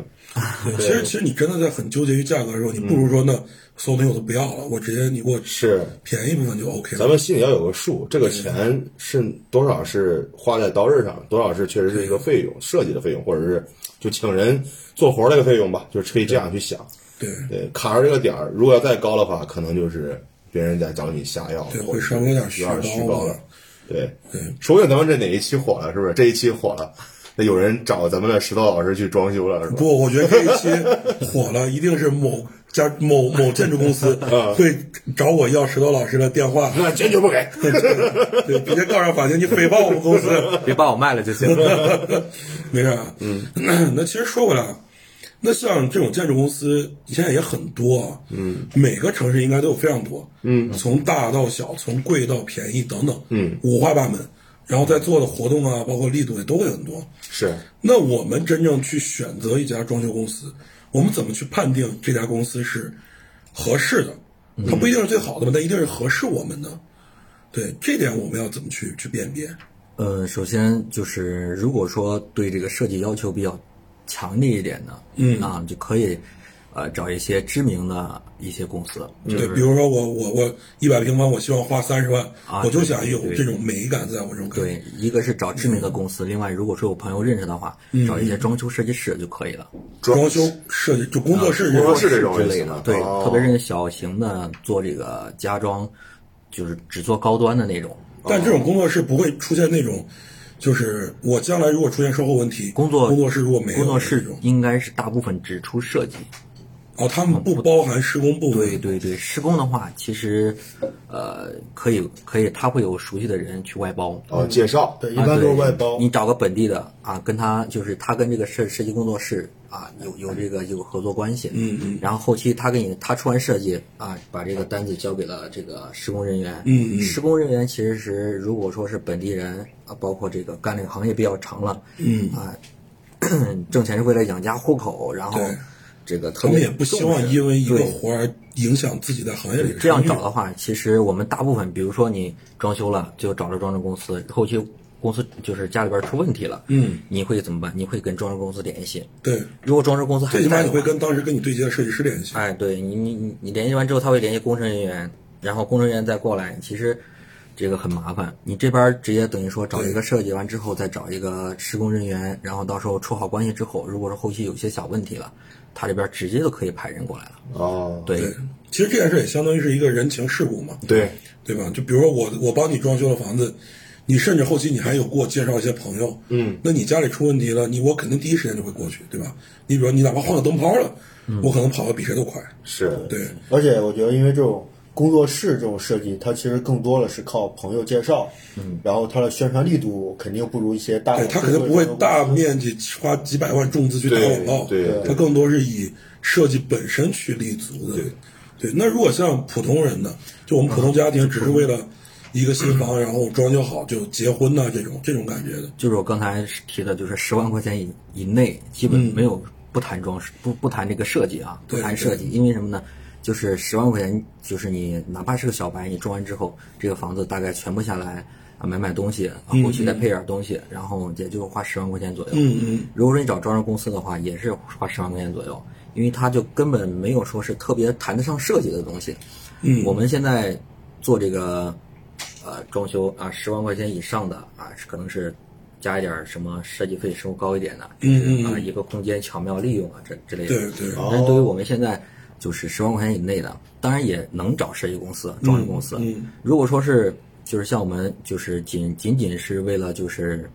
Speaker 1: 对其实其实你真的在很纠结于价格的时候，你不
Speaker 2: 嗯
Speaker 1: 如说那所有东西我都不要了，我直接你给我
Speaker 2: 是
Speaker 1: 便宜部分就 OK
Speaker 2: 咱
Speaker 1: 了。
Speaker 2: 们心里要有个数，
Speaker 1: 嗯
Speaker 2: 这个钱是多少是花在刀刃上，多少是确实是一个费用，设计的费用，或者是就请人做活儿这个费用吧，就是可以这样去想。
Speaker 1: 对
Speaker 2: 对，卡着这个点儿，如果要再高的话，可能就是别人在找你下药，
Speaker 1: 对，
Speaker 2: 或
Speaker 1: 会
Speaker 2: 者是
Speaker 1: 稍微有点
Speaker 2: 有点虚
Speaker 1: 高
Speaker 2: 高
Speaker 1: 了
Speaker 2: 了。。对，
Speaker 1: 对
Speaker 2: 说不定咱们这哪一期火了，是不是？这一期火了，那有人找咱们的石头老师去装修了，是吧？
Speaker 1: 不，我觉得这一期火了，一定是某家某某建筑公 司
Speaker 2: 啊
Speaker 1: 会找我要石头老师的电话，
Speaker 2: 那坚决不给。
Speaker 1: 对，直接告上法庭，你诽谤我们公司，
Speaker 7: 别把我卖了就行。
Speaker 1: 没事啊。嗯， 那其实说回来啊，那像这种建筑公司现在也很多啊，嗯，每个城市应该都有非常多，嗯，从大到小，从贵到便宜等等，嗯，五花八门，然后在做的活动啊，包括力度也都会很多，
Speaker 2: 是，
Speaker 1: 那我们真正去选择一家装修公司，我们怎么去判定这家公司是合适的？它不一定是最好的吧，但一定是合适我们的。对，这点我们要怎么去去辨别？
Speaker 4: 呃，首先就是如果说对这个设计要求比较强烈一点的，嗯啊，就可以呃找一些知名的一些公司，
Speaker 1: 对，比如说我我我一百平方，我希望花三十万，
Speaker 4: 啊
Speaker 1: 我就想有
Speaker 4: 对对
Speaker 1: 这种美感在我这种感觉。
Speaker 4: 对，一个是找知名的公司，另外如果说我朋友认识的话，
Speaker 1: 嗯
Speaker 4: 找一些装修设计师就可以了。
Speaker 1: 装修设计就工作室这
Speaker 2: 啊工
Speaker 1: 种
Speaker 2: 作室这种
Speaker 4: 之
Speaker 2: 类
Speaker 4: 类
Speaker 2: 的
Speaker 4: 的，对，
Speaker 2: 哦
Speaker 4: 特别是小型的做这个家装，就是只做高端的那种。
Speaker 1: 但这种工作室不会出现那种，就是我将来如果出现售后问题，
Speaker 4: 工作
Speaker 1: 工作室如果没有
Speaker 4: 工作
Speaker 1: 这
Speaker 4: 室
Speaker 1: 种，
Speaker 4: 应该是大部分只出设计。
Speaker 1: 哦，他们不包含施工部分。
Speaker 4: 啊对对对，施工的话，其实，呃，可以可以，他会有熟悉的人去外包。
Speaker 2: 哦，介绍
Speaker 5: 对，一
Speaker 4: 啊
Speaker 5: 般都
Speaker 4: 对
Speaker 5: 是外包。
Speaker 4: 你找个本地的啊，跟他就是他跟这个设设计工作室啊有有这个有合作关系，嗯嗯，然后后期他给你他出完设计啊，把这个单子交给了这个施工人员，嗯嗯，施工人员其实是如果说是本地人啊，包括这个干这个行业比较长了，嗯啊， 挣钱是为了养家糊口，然后
Speaker 1: 对
Speaker 4: 这个特
Speaker 1: 他们
Speaker 4: 别
Speaker 1: 也不希
Speaker 4: 重
Speaker 1: 望
Speaker 4: 视
Speaker 1: 因为一个
Speaker 4: 对
Speaker 1: 活儿影响自己在行业里的
Speaker 4: 这样
Speaker 1: 声誉
Speaker 4: 找的话，其实我们大部分，比如说你装修了，就找了装修公司，后期公司就是家里边出问题了，嗯，你会怎么办？你会跟装修公司联系。
Speaker 1: 对，
Speaker 4: 如果装修公司还
Speaker 1: 最起码
Speaker 4: 在
Speaker 1: 你
Speaker 4: 的
Speaker 1: 会
Speaker 4: 话，
Speaker 1: 跟当时跟你对接的设计师联系。
Speaker 4: 哎，对你你你你联系完之后，他会联系工程人员，然后工程人员再过来，其实这个很麻烦。你这边直接等于说找一个设计完之后，再找一个施工人员，然后到时候处好关系之后，如果是后期有些小问题了，他这边直接就可以派人过来了。
Speaker 2: 哦，
Speaker 4: 对
Speaker 1: 对，其实这件事也相当于是一个人情世故嘛，
Speaker 2: 对，
Speaker 1: 对吧？就比如说我我帮你装修了房子，你甚至后期你还有给我介绍一些朋友，嗯，那你家里出问题了，你我肯定第一时间就会过去，对吧？你比如说你哪怕换个灯泡了，
Speaker 4: 嗯
Speaker 1: 我可能跑的比谁都快，
Speaker 2: 是，
Speaker 1: 对，
Speaker 5: 而且我觉得，因为这种工作室这种设计，它其实更多的是靠朋友介绍，嗯，然后它的宣传力度肯定不如一些大
Speaker 1: 哎，
Speaker 5: 的
Speaker 1: 他
Speaker 5: 公
Speaker 1: 肯
Speaker 5: 司或者
Speaker 1: 定
Speaker 5: 公
Speaker 1: 不
Speaker 5: 司，
Speaker 1: 会大面积花几百万重资去打广告，
Speaker 2: 对对
Speaker 1: 他更多是以设计本身去立足的。对，那如果像普通人呢，就我们普通家
Speaker 4: 嗯
Speaker 1: 庭只是为了一个新房，然后装修好就结婚呐、这种这种感觉的，
Speaker 4: 就是我刚才提的，就是十万块钱以以内，基本没有不谈装饰，不不谈这个设计啊，
Speaker 1: 嗯
Speaker 4: 不
Speaker 1: 对
Speaker 4: 谈设计，因为什么呢？就是十万块钱，就是你哪怕是个小白，你种完之后，这个房子大概全部下来啊，买买东西，啊后期再配点东西，然后也就花十万块钱左右。
Speaker 1: 嗯嗯，
Speaker 4: 如果说你找装修公司的话，也是花十万块钱左右，因为他就根本没有说是特别谈得上设计的东西。嗯，我们现在做这个呃装修啊，十万块钱以上的啊，是可能是加一点儿什么设计费，收高一点的，嗯啊，一个空间巧妙利用啊，这之类的。
Speaker 1: 对对
Speaker 4: 但是对于我们现在就是十万块钱以内的，当然也能找设计公司、装修公司。
Speaker 1: 嗯
Speaker 4: 如果说是就是像我们就是仅仅仅是为了就是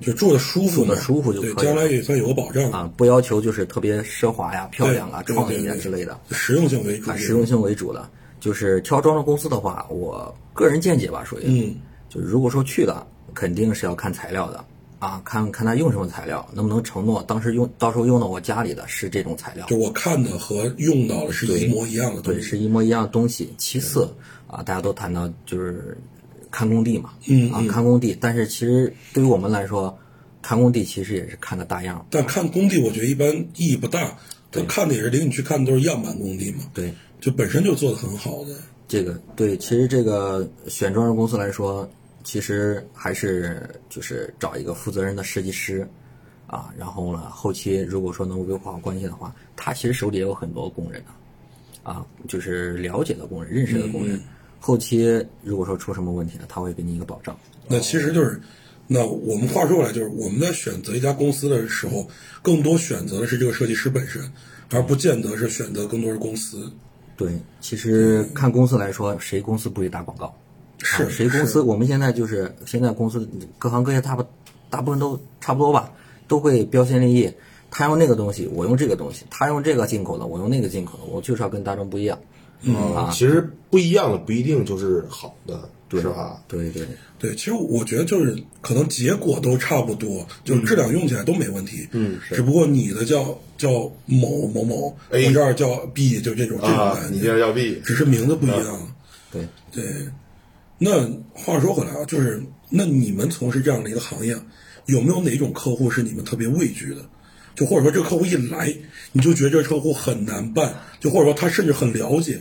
Speaker 1: 就住的舒服嘛，
Speaker 4: 住得舒服就
Speaker 1: 对，
Speaker 4: 可以了
Speaker 1: 将来也算有个保障
Speaker 4: 啊，不要求就是特别奢华呀、漂
Speaker 1: 对
Speaker 4: 亮啊、
Speaker 1: 对
Speaker 4: 创意
Speaker 1: 对
Speaker 4: 啊
Speaker 1: 对
Speaker 4: 之类的，
Speaker 1: 实用性为主
Speaker 4: 啊，，实用性为主的。就是挑装修公司的话，我个人见解吧，属于，嗯，就是如果说去了，肯定是要看材料的啊，看看他用什么材料，能不能承诺当时用到时候用到我家里的是这种材料
Speaker 1: 就，我看的和用到的是一模一样的东
Speaker 4: 对，
Speaker 1: 西。
Speaker 4: 是一模一样的东西。其次啊，大家都谈到就是看工地嘛，嗯啊，看工地，但是其实对于我们来说，看工地其实也是看个大样儿，
Speaker 1: 但看工地，我觉得一般意义不大，他看的也是领你去看的都是样板工地嘛，
Speaker 4: 对，哦
Speaker 1: 就本身就做的很好的，
Speaker 4: 这个对，其实这个选装修公司来说，其实还是就是找一个负责任的设计师啊，然后呢，后期如果说能维护好关系的话，他其实手里也有很多工人的啊，就是了解的工人、认识的工人。后期如果说出什么问题了，他会给你一个保障。
Speaker 1: 那其实就是，那我们话说回来，就是我们在选择一家公司的时候，更多选择的是这个设计师本身，而不见得是选择更多是公司。
Speaker 4: 对，其实看公司来说，谁公司不会打广告？
Speaker 1: 是、
Speaker 4: 啊、谁公司？我们现在就是现在公司各行各业大部大部分都差不多吧，都会标新立异。他用那个东西，我用这个东西；他用这个进口的，我用那个进口的。我就是要跟大众不一样。啊
Speaker 2: 嗯，其实不一样的不一定就是好的，是吧？
Speaker 4: 对对，
Speaker 1: 对，其实我觉得就是可能结果都差不多，
Speaker 2: 嗯
Speaker 1: 就是质量用起来都没问题。嗯，只不过你的叫叫某某某，
Speaker 2: A
Speaker 1: 我这儿叫 B，就这种这种
Speaker 2: 哎啊，
Speaker 1: 感
Speaker 2: 你
Speaker 1: 觉，
Speaker 2: 这要 B，
Speaker 1: 只是名字不一样。
Speaker 4: 对，
Speaker 1: 对，那话说回来啊，就是那你们从事这样的一个行业，有没有哪种客户是你们特别畏惧的？就或者说这个客户一来，你就觉得这个客户很难办，就或者说他甚至很了解，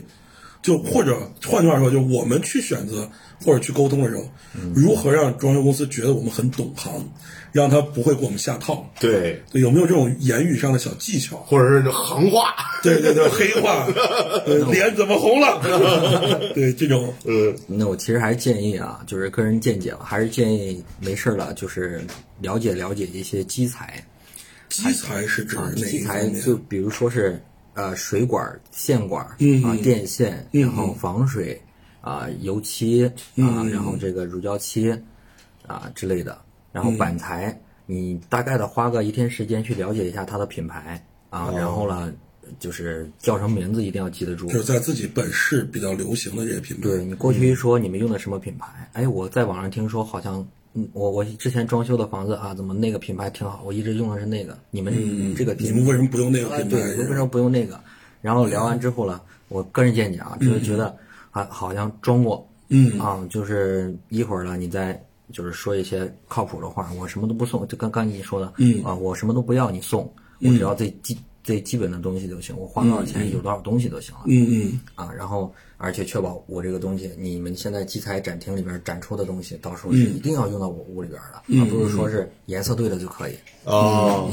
Speaker 1: 就或者换句话说，就我们去选择或者去沟通的时候，如何让装修公司觉得我们很懂行，让他不会给我们下套？
Speaker 2: 对，
Speaker 1: 对，有没有这种言语上的小技巧？
Speaker 2: 或者是行话，
Speaker 1: 对对对， 黑化，呃脸怎么红了？ 对，这种，
Speaker 2: 嗯
Speaker 4: 那我其实还是建议啊，就是个人见解吧，还是建议没事儿了，就是了解了解一些基材
Speaker 1: 基材是指
Speaker 4: 啊，
Speaker 1: 哪一
Speaker 4: 基
Speaker 1: 方
Speaker 4: 材
Speaker 1: 面？
Speaker 4: 就比如说是呃水管儿、线管儿
Speaker 1: 嗯
Speaker 4: 啊
Speaker 1: 嗯、
Speaker 4: 电线，
Speaker 1: 嗯
Speaker 4: 然后防水啊、油漆啊，然
Speaker 1: 嗯
Speaker 4: 后这个乳胶漆啊之类的，然后板材，你大概的花个一天时间去了解一下它的品牌啊，然后呢，就是叫什么名字一定要记得住
Speaker 1: 哦就。是嗯在自己本市比较流行的这些品牌。
Speaker 4: 对你过去说你们用的什么品牌？哎，我在网上听说好像，嗯，我我之前装修的房子啊，怎么那个品牌挺好，我一直用的是那个。你们这个
Speaker 1: 嗯你
Speaker 4: 品
Speaker 1: 们为什么不用那个
Speaker 4: 哎，
Speaker 1: 品牌
Speaker 4: 对，？为什么不用那个？然后聊
Speaker 1: 嗯
Speaker 4: 完之后呢，我个人见解啊，就是觉得啊，好像装过，
Speaker 1: 嗯
Speaker 4: 啊，就是一会儿呢，你再就是说一些靠谱的话，我什么都不送，就刚刚你说的，嗯啊，我什么都不要你送，我
Speaker 1: 嗯
Speaker 4: 只要最基最基本的东西就行，我花多少钱有多少东西就行了，
Speaker 1: 嗯嗯，
Speaker 4: 啊，然后而且确保我这个东西，你们现在基材展厅里边展出的东西，到
Speaker 1: 嗯
Speaker 4: 时候是一定要用到我屋里边的，而不是说是颜色对了就可以。
Speaker 2: 哦，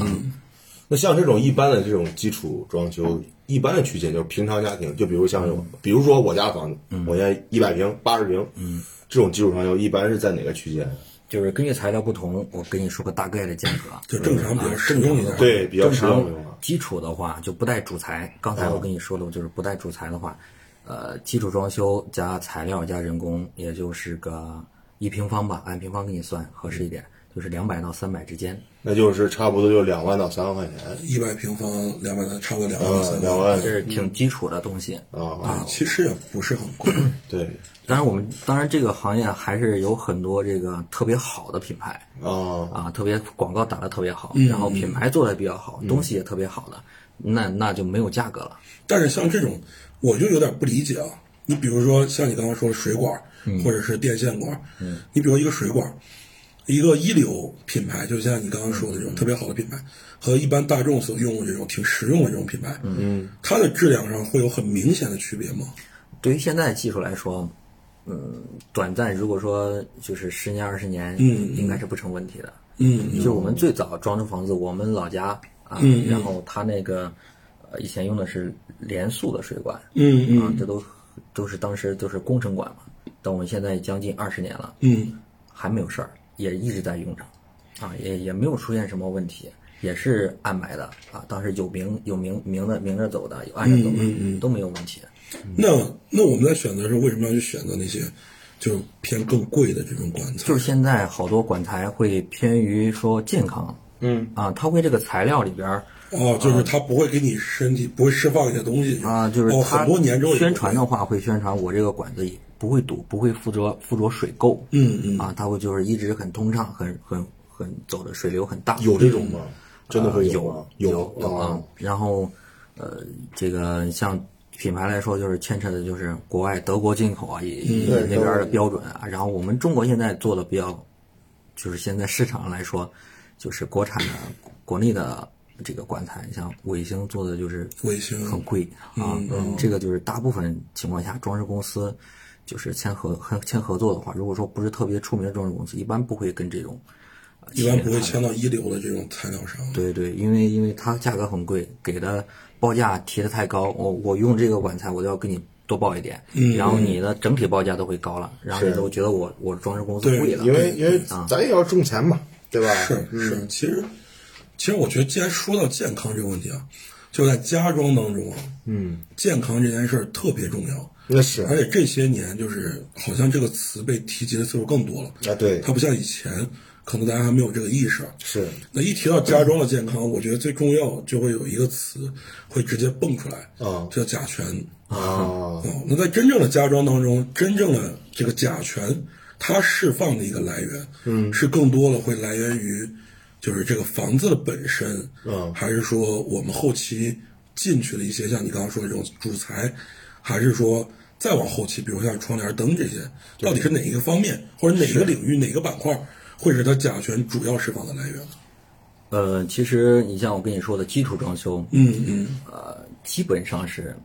Speaker 2: 那像这种一般的这种基础装修，一般的区间就是平常家庭，就比如像有，比如说我家房子，我家一百平、八十平，嗯，这种基础装修一般是在哪个区间？啊
Speaker 4: 就是根据材料不同，我跟你说个大概的价格。
Speaker 1: 就正常比较实用一点。
Speaker 2: 对，比较
Speaker 4: 啊正
Speaker 2: 实用啊
Speaker 4: 常
Speaker 2: 的话，
Speaker 4: 基础的话就不带主材。刚才我跟你说的，就是不带主材的话，呃，基础装修加材料加人工，也就是个一平方吧，按平方给你算合适一点，就是两百到三百之间。
Speaker 2: 那就是差不多就两万到三万块钱，
Speaker 1: 一百平方两百，差不多两万
Speaker 2: 啊，
Speaker 1: 三
Speaker 2: 两
Speaker 1: 万，
Speaker 2: 万
Speaker 4: 这是挺基础的东西。
Speaker 2: 啊，
Speaker 1: 其实也不是很贵。
Speaker 2: 对
Speaker 4: 当然，我们当然这个行业还是有很多这个特别好的品牌，
Speaker 2: 啊，
Speaker 4: 啊，特别广告打得特别好，然后品牌做的比较好，东西也特别好的，那那就没有价格了。
Speaker 1: 但是像这种，我就有点不理解啊。你比如说像你刚刚说的水管，或者是电线管，你比如一个水管，一个一流品牌，就像你刚刚说的这种特别好的品牌，和一般大众所用的这种挺实用的这种品牌，嗯，它的质量上会有很明显的区别吗？
Speaker 4: 对于现在技术来说，嗯，短暂如果说就是十年二十年，
Speaker 1: 嗯
Speaker 4: 应该是不成问题的。
Speaker 1: 嗯
Speaker 4: 就我们最早装修房子，我们老家啊，然后他那个呃以前用的是连塑的水管，
Speaker 1: 嗯
Speaker 4: 啊，这都都是当时都是工程管嘛，但我们现在将近二十年了，
Speaker 1: 嗯
Speaker 4: 还没有事儿，也一直在用着，啊，也也没有出现什么问题，也是按埋的啊，当时有明有明明着明着走的，有暗着走的，
Speaker 1: 嗯
Speaker 4: 都没有问题。
Speaker 1: 那那我们在选择的时候，为什么要去选择那些就偏更贵的这种管材？
Speaker 4: 就是现在好多管材会偏于说健康，嗯啊，它会这个材料里边儿
Speaker 1: 哦，就是它不会给你身体不会释放一些东西
Speaker 4: 啊，就是
Speaker 1: 哦，
Speaker 4: 它
Speaker 1: 很多年之后也不会
Speaker 4: 宣传的话会宣传我这个管子也不会堵，不会附着附着水垢，
Speaker 1: 嗯嗯
Speaker 4: 啊，它会就是一直很通畅，很很很走的水流很大，
Speaker 2: 有这种吗？真的会
Speaker 4: 有
Speaker 2: 吗？
Speaker 4: 有
Speaker 2: 有
Speaker 4: 啊
Speaker 2: 啊，。
Speaker 4: 然后，呃，这个像品牌来说，就是牵扯的就是国外德国进口啊，也也
Speaker 5: 对
Speaker 4: 那边儿的标准啊。然后我们中国现在做的比较，就是现在市场上来说，就是国产的、国内的这个管材，像伟星做的就是
Speaker 1: 卫星
Speaker 4: 很贵啊。这个就是大部分情况下，装饰公司就是签合签合作的话，如果说不是特别出名的装饰公司，一般不会跟这种。呃
Speaker 1: 一般
Speaker 4: 企业
Speaker 1: 不会签到一流的这种材料商。
Speaker 4: 对对，因为因为它价格很贵，给的报价提的太高，我我用这个管材我都要给你多报一点，然后你的整体报价都会高了，然后你都觉得我我装饰公司
Speaker 1: 对啊
Speaker 4: 贵了，
Speaker 2: 因为因为咱也要挣钱嘛，对吧？
Speaker 1: 是
Speaker 2: 嗯
Speaker 1: 是，其实其实我觉得，既然说到健康这个问题啊，就在家装当中啊，嗯，健康这件事儿特别重要。
Speaker 2: 那是
Speaker 1: 而且这些年就是好像这个词被提及的次数更多了
Speaker 2: 啊对
Speaker 1: 它不像以前，可能大家还没有这个意识。啊
Speaker 2: 是
Speaker 1: 那一提到家装的健康，我觉得最重要就会有一个词会直接蹦出来
Speaker 2: 啊
Speaker 1: 叫甲醛。
Speaker 2: 啊，
Speaker 1: 哦，那在真正的家装当中，真正的这个甲醛，它释放的一个来源，嗯，是更多的会来源于，就是这个房子的本身，
Speaker 2: 嗯
Speaker 1: 还是说我们后期进去的一些像你刚刚说的这种主材，还是说再往后期，比如像窗帘、灯这些，到底是哪一个方面或者哪个领域、哪个板块会是它甲醛主要释放的来源呢？
Speaker 4: 呃，其实你像我跟你说的基础装修，
Speaker 1: 嗯嗯
Speaker 4: 呃，基本上是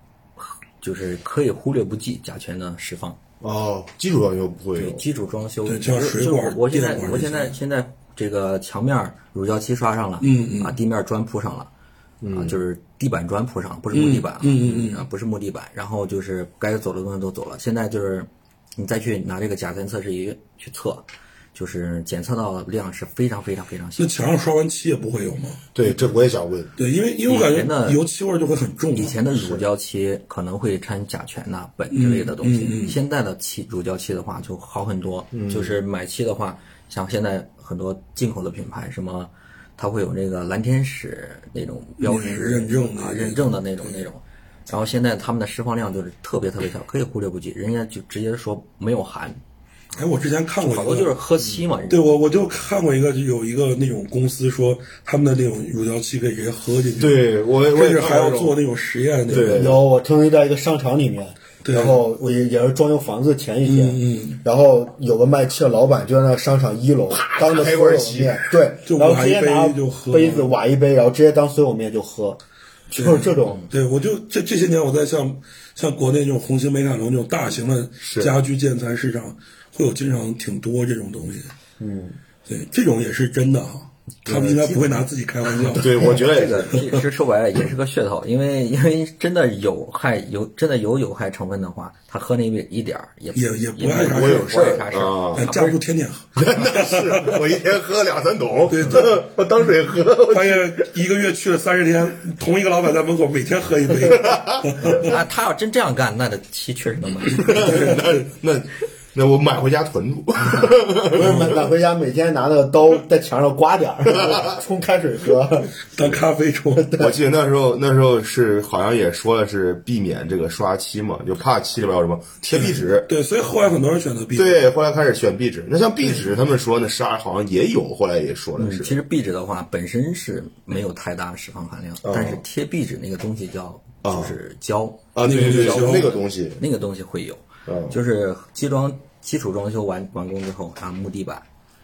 Speaker 4: 就是可以忽略不计甲醛的释放。
Speaker 2: 哦，基础装修不会
Speaker 4: 对
Speaker 2: 有，
Speaker 4: 基础装修，
Speaker 1: 对
Speaker 4: 就
Speaker 1: 像水
Speaker 4: 就
Speaker 1: 管
Speaker 4: 我我现在
Speaker 1: 电管
Speaker 4: 我
Speaker 1: 这
Speaker 4: 现在
Speaker 1: 些
Speaker 4: 现在这个墙面儿乳胶漆刷上了，嗯嗯，啊，地面砖铺上了，啊，就是地板砖铺上，不是木地板啊，嗯嗯啊，不是木地板，然后就是该走的东西都走了，现在就是你再去拿这个甲醛测试仪去测，就是检测到的量是非常非常非常小
Speaker 1: 那。墙上刷完漆也不会有吗？
Speaker 2: 对，这我也想问，
Speaker 1: 对，因为因为我
Speaker 4: 以前
Speaker 1: 感
Speaker 4: 的
Speaker 1: 觉油漆味儿就会很重嘛。
Speaker 4: 以前的乳胶漆可能会掺甲醛呐、苯之类的东西，
Speaker 1: 嗯
Speaker 4: 现在的漆乳胶漆的话就好很多。就是买漆的话，像现在很多进口的品牌，什么它会有那个蓝天使那种标识
Speaker 1: 嗯认证的
Speaker 4: 啊，
Speaker 1: 那
Speaker 4: 认证的那种那种。然后现在他们的释放量就是特别特别小，可以忽略不计，人家就直接说没有含，
Speaker 1: 哎，我之前看过一
Speaker 4: 好
Speaker 1: 个，
Speaker 4: 多就是喝漆嘛。人
Speaker 1: 嗯
Speaker 4: 家
Speaker 1: 对我我就看过一个，就有一个那种公司说他们的那种乳胶漆可以直接喝进去，
Speaker 2: 对我我
Speaker 1: 甚
Speaker 2: 也
Speaker 1: 至
Speaker 2: 看
Speaker 1: 还要
Speaker 2: 过
Speaker 1: 做那种实验那种
Speaker 2: 对。
Speaker 5: 然后我听说在一个商场里面，
Speaker 1: 对
Speaker 5: 然后我也也是装修房子前一天，
Speaker 1: 嗯
Speaker 5: 然后有个卖漆的老板就在那商场一楼当着
Speaker 2: 开
Speaker 5: 所
Speaker 2: 罐
Speaker 5: 有
Speaker 2: 漆
Speaker 5: 面，对，
Speaker 1: 就
Speaker 5: 然后
Speaker 1: 挖
Speaker 5: 直
Speaker 1: 一
Speaker 5: 接
Speaker 1: 杯
Speaker 5: 拿
Speaker 1: 就喝
Speaker 5: 杯子挖一杯，然后直接当所有面就喝，就是这种。
Speaker 1: 对，嗯我就这这些年我在像像国内这种红星美凯龙这种大型的家居建材市场，会有经常挺多这种东西。嗯，对，这种也是真的啊，他们应该不会拿自己开玩笑。
Speaker 2: 对，我觉得也
Speaker 4: 这个
Speaker 2: 是，
Speaker 4: 其实说白了也是个噱头，因为因为真的有害有真的有有害成分的话，他喝那一一点儿也
Speaker 1: 也也不碍啥
Speaker 4: 不
Speaker 1: 事
Speaker 2: 儿
Speaker 4: 不碍啥事儿
Speaker 2: 啊
Speaker 1: 但架不住天天喝，
Speaker 2: 是我一天喝两三桶，
Speaker 1: 对
Speaker 2: 我当水喝。
Speaker 1: 发现一个月去了三十天，同一个老板在门口每天喝 一杯。
Speaker 4: 啊，他要真这样干，那这漆确实能 买。
Speaker 2: 那那那我买回家囤住。
Speaker 1: 嗯
Speaker 5: 不是买买回家，每天拿那个刀在墙上刮 点儿，冲开水喝。
Speaker 1: 当咖啡冲。
Speaker 2: 我记得那时候那时候是好像也说了是避免这个刷漆嘛，就怕漆里边有什么贴壁纸。
Speaker 1: 对，所以后来很多人选择 B。，
Speaker 2: 对，后来开始选壁纸。那像壁纸，他们说那沙好像也有，后来也说
Speaker 1: 嗯
Speaker 2: 了是
Speaker 4: 嗯其实壁纸的话本身是没有太大的释放含量，但是贴壁纸那个东西叫就是胶，
Speaker 2: 啊，对对对，
Speaker 1: 那个
Speaker 2: 有那个东西
Speaker 4: 那个东西会有，就是基装基础装修完完工之后啊，木地板、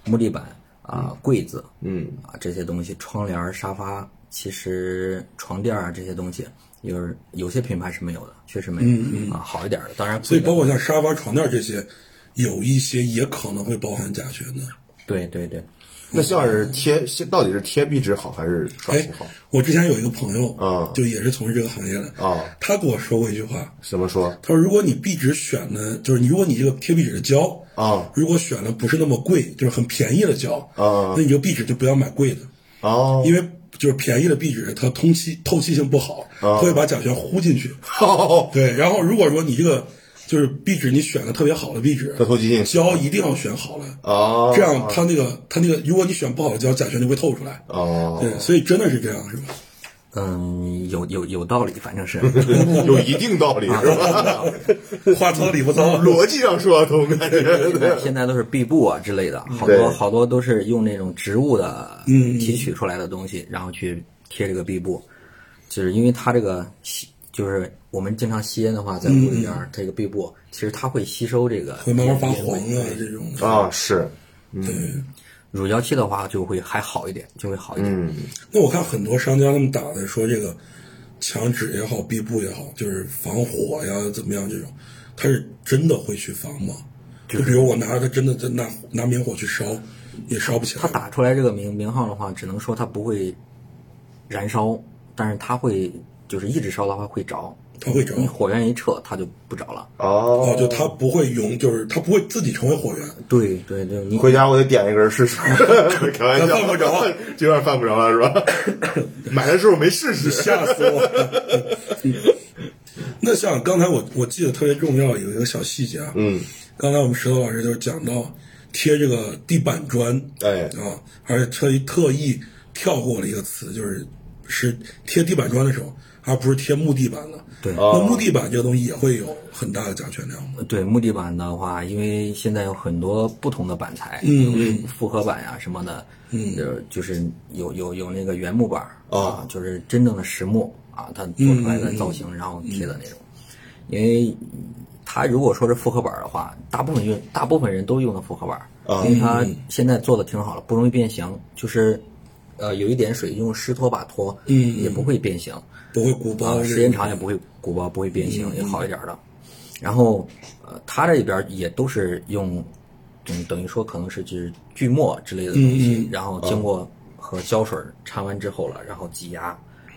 Speaker 4: 木地板啊、柜子，嗯啊这些东西，窗帘儿、沙发，其实床垫儿啊这些东西，有有些品牌是没有的，确实没有、啊，好一点儿的，当然
Speaker 1: 所以包
Speaker 4: 括
Speaker 1: 括像沙发、床垫这些，有一些也可能会包含甲醛的。
Speaker 4: 对对对，
Speaker 2: 那像是贴，到底是贴壁纸好还是刷
Speaker 1: 哎
Speaker 2: 漆啊好？，
Speaker 1: 我之前有一个朋友
Speaker 2: 啊
Speaker 1: 就也是从事这个行业的
Speaker 2: 啊，
Speaker 1: 他跟我说过一句话，
Speaker 2: 怎么说
Speaker 1: 他说如果你壁纸选的，就是你如果你这个贴壁纸的胶
Speaker 2: 啊，
Speaker 1: 如果选的不是那么贵，就是很便宜的胶
Speaker 2: 啊
Speaker 1: 那你就壁纸就不要买贵的，
Speaker 2: 哦，
Speaker 1: 因为。就是便宜的壁纸，它通气透气性不
Speaker 2: 啊
Speaker 1: 好，它会把甲醛呼进去。
Speaker 2: 哦，
Speaker 1: 对，然后如果说你这个就是壁纸，你选的特别好的壁纸，
Speaker 2: 它透气性
Speaker 1: 胶一定要选好了，
Speaker 2: 哦，
Speaker 1: 这样它那个它那个，如果你选不好的胶，甲醛就会透出来。
Speaker 2: 哦，
Speaker 1: 对，所以真的是这样，是吧？
Speaker 4: 嗯，有有有道理，反正是。
Speaker 2: 有一定道理是吧？
Speaker 1: 话糙理不 糙，
Speaker 2: 逻辑上说得通，感觉
Speaker 4: 现在哎现在都是壁布啊之类的，好
Speaker 2: 对
Speaker 4: 多好多都是用那种植物的提取出来的东西，然后去贴这个壁布，就是因为它这个吸，就是我们经常吸烟的话，在屋里边儿这个壁布，其实嗯它会吸收这个
Speaker 1: 会慢慢发
Speaker 4: 烟
Speaker 1: 黄
Speaker 4: 味
Speaker 1: 啊，这种的。
Speaker 2: 啊，是
Speaker 4: 乳胶漆的话就会还好一点，就会好一点。
Speaker 1: 那我看很多商家他们打的说这个墙纸也好，壁布也好，就是防火呀，怎么样这种，它是真的会去防吗？就比如我拿它真的在拿拿明火去烧，也烧不起来。
Speaker 4: 它打出来这个名名号的话，只能说它不会燃烧，但是它会就是一直烧的话会着，
Speaker 1: 它会着
Speaker 4: 你火源一撤，它就不着了。
Speaker 2: 哦
Speaker 1: 哦，就它不会永，就是它不会自己成为火源。
Speaker 4: 对对对，你
Speaker 2: 回家我得点一根试 试，开玩笑，
Speaker 1: 犯不着，
Speaker 2: 今晚犯不着了是吧？买的时候没试试，
Speaker 1: 吓死我了。 那像刚才我我记得特别重要有一个小细节啊，嗯，刚才我们石头老师就是讲到贴这个地板砖，
Speaker 2: 哎
Speaker 1: 啊，而且特意特意跳过了一个词，就是是贴地板砖的时候，而不是贴木地板的。
Speaker 4: 对
Speaker 1: 那木地板这个东西也会有很大的甲醛量吗？
Speaker 4: 对木地板的话，因为现在有很多不同的板材，嗯复合板呀、什么的，嗯，就是有有有那个原木板儿啊，就是真正的实木啊，它做出来的造型，然后贴的那种。因为它如果说是复合板儿的话，大部分用大哦嗯部分人都用的复合板儿，因为它现在做的挺好了，不容易变形，就是呃有一点水，用湿拖把拖，嗯，也不会变形。
Speaker 1: 不会鼓包
Speaker 4: 啊，，时间长也不会鼓包，不会变形，
Speaker 1: 嗯
Speaker 4: 也好一点的。然后，呃，它这里边也都是用，嗯，等于说可能是就是锯末之类的东
Speaker 1: 嗯
Speaker 4: 西，然后经过和胶水掺完之后了，然后挤压，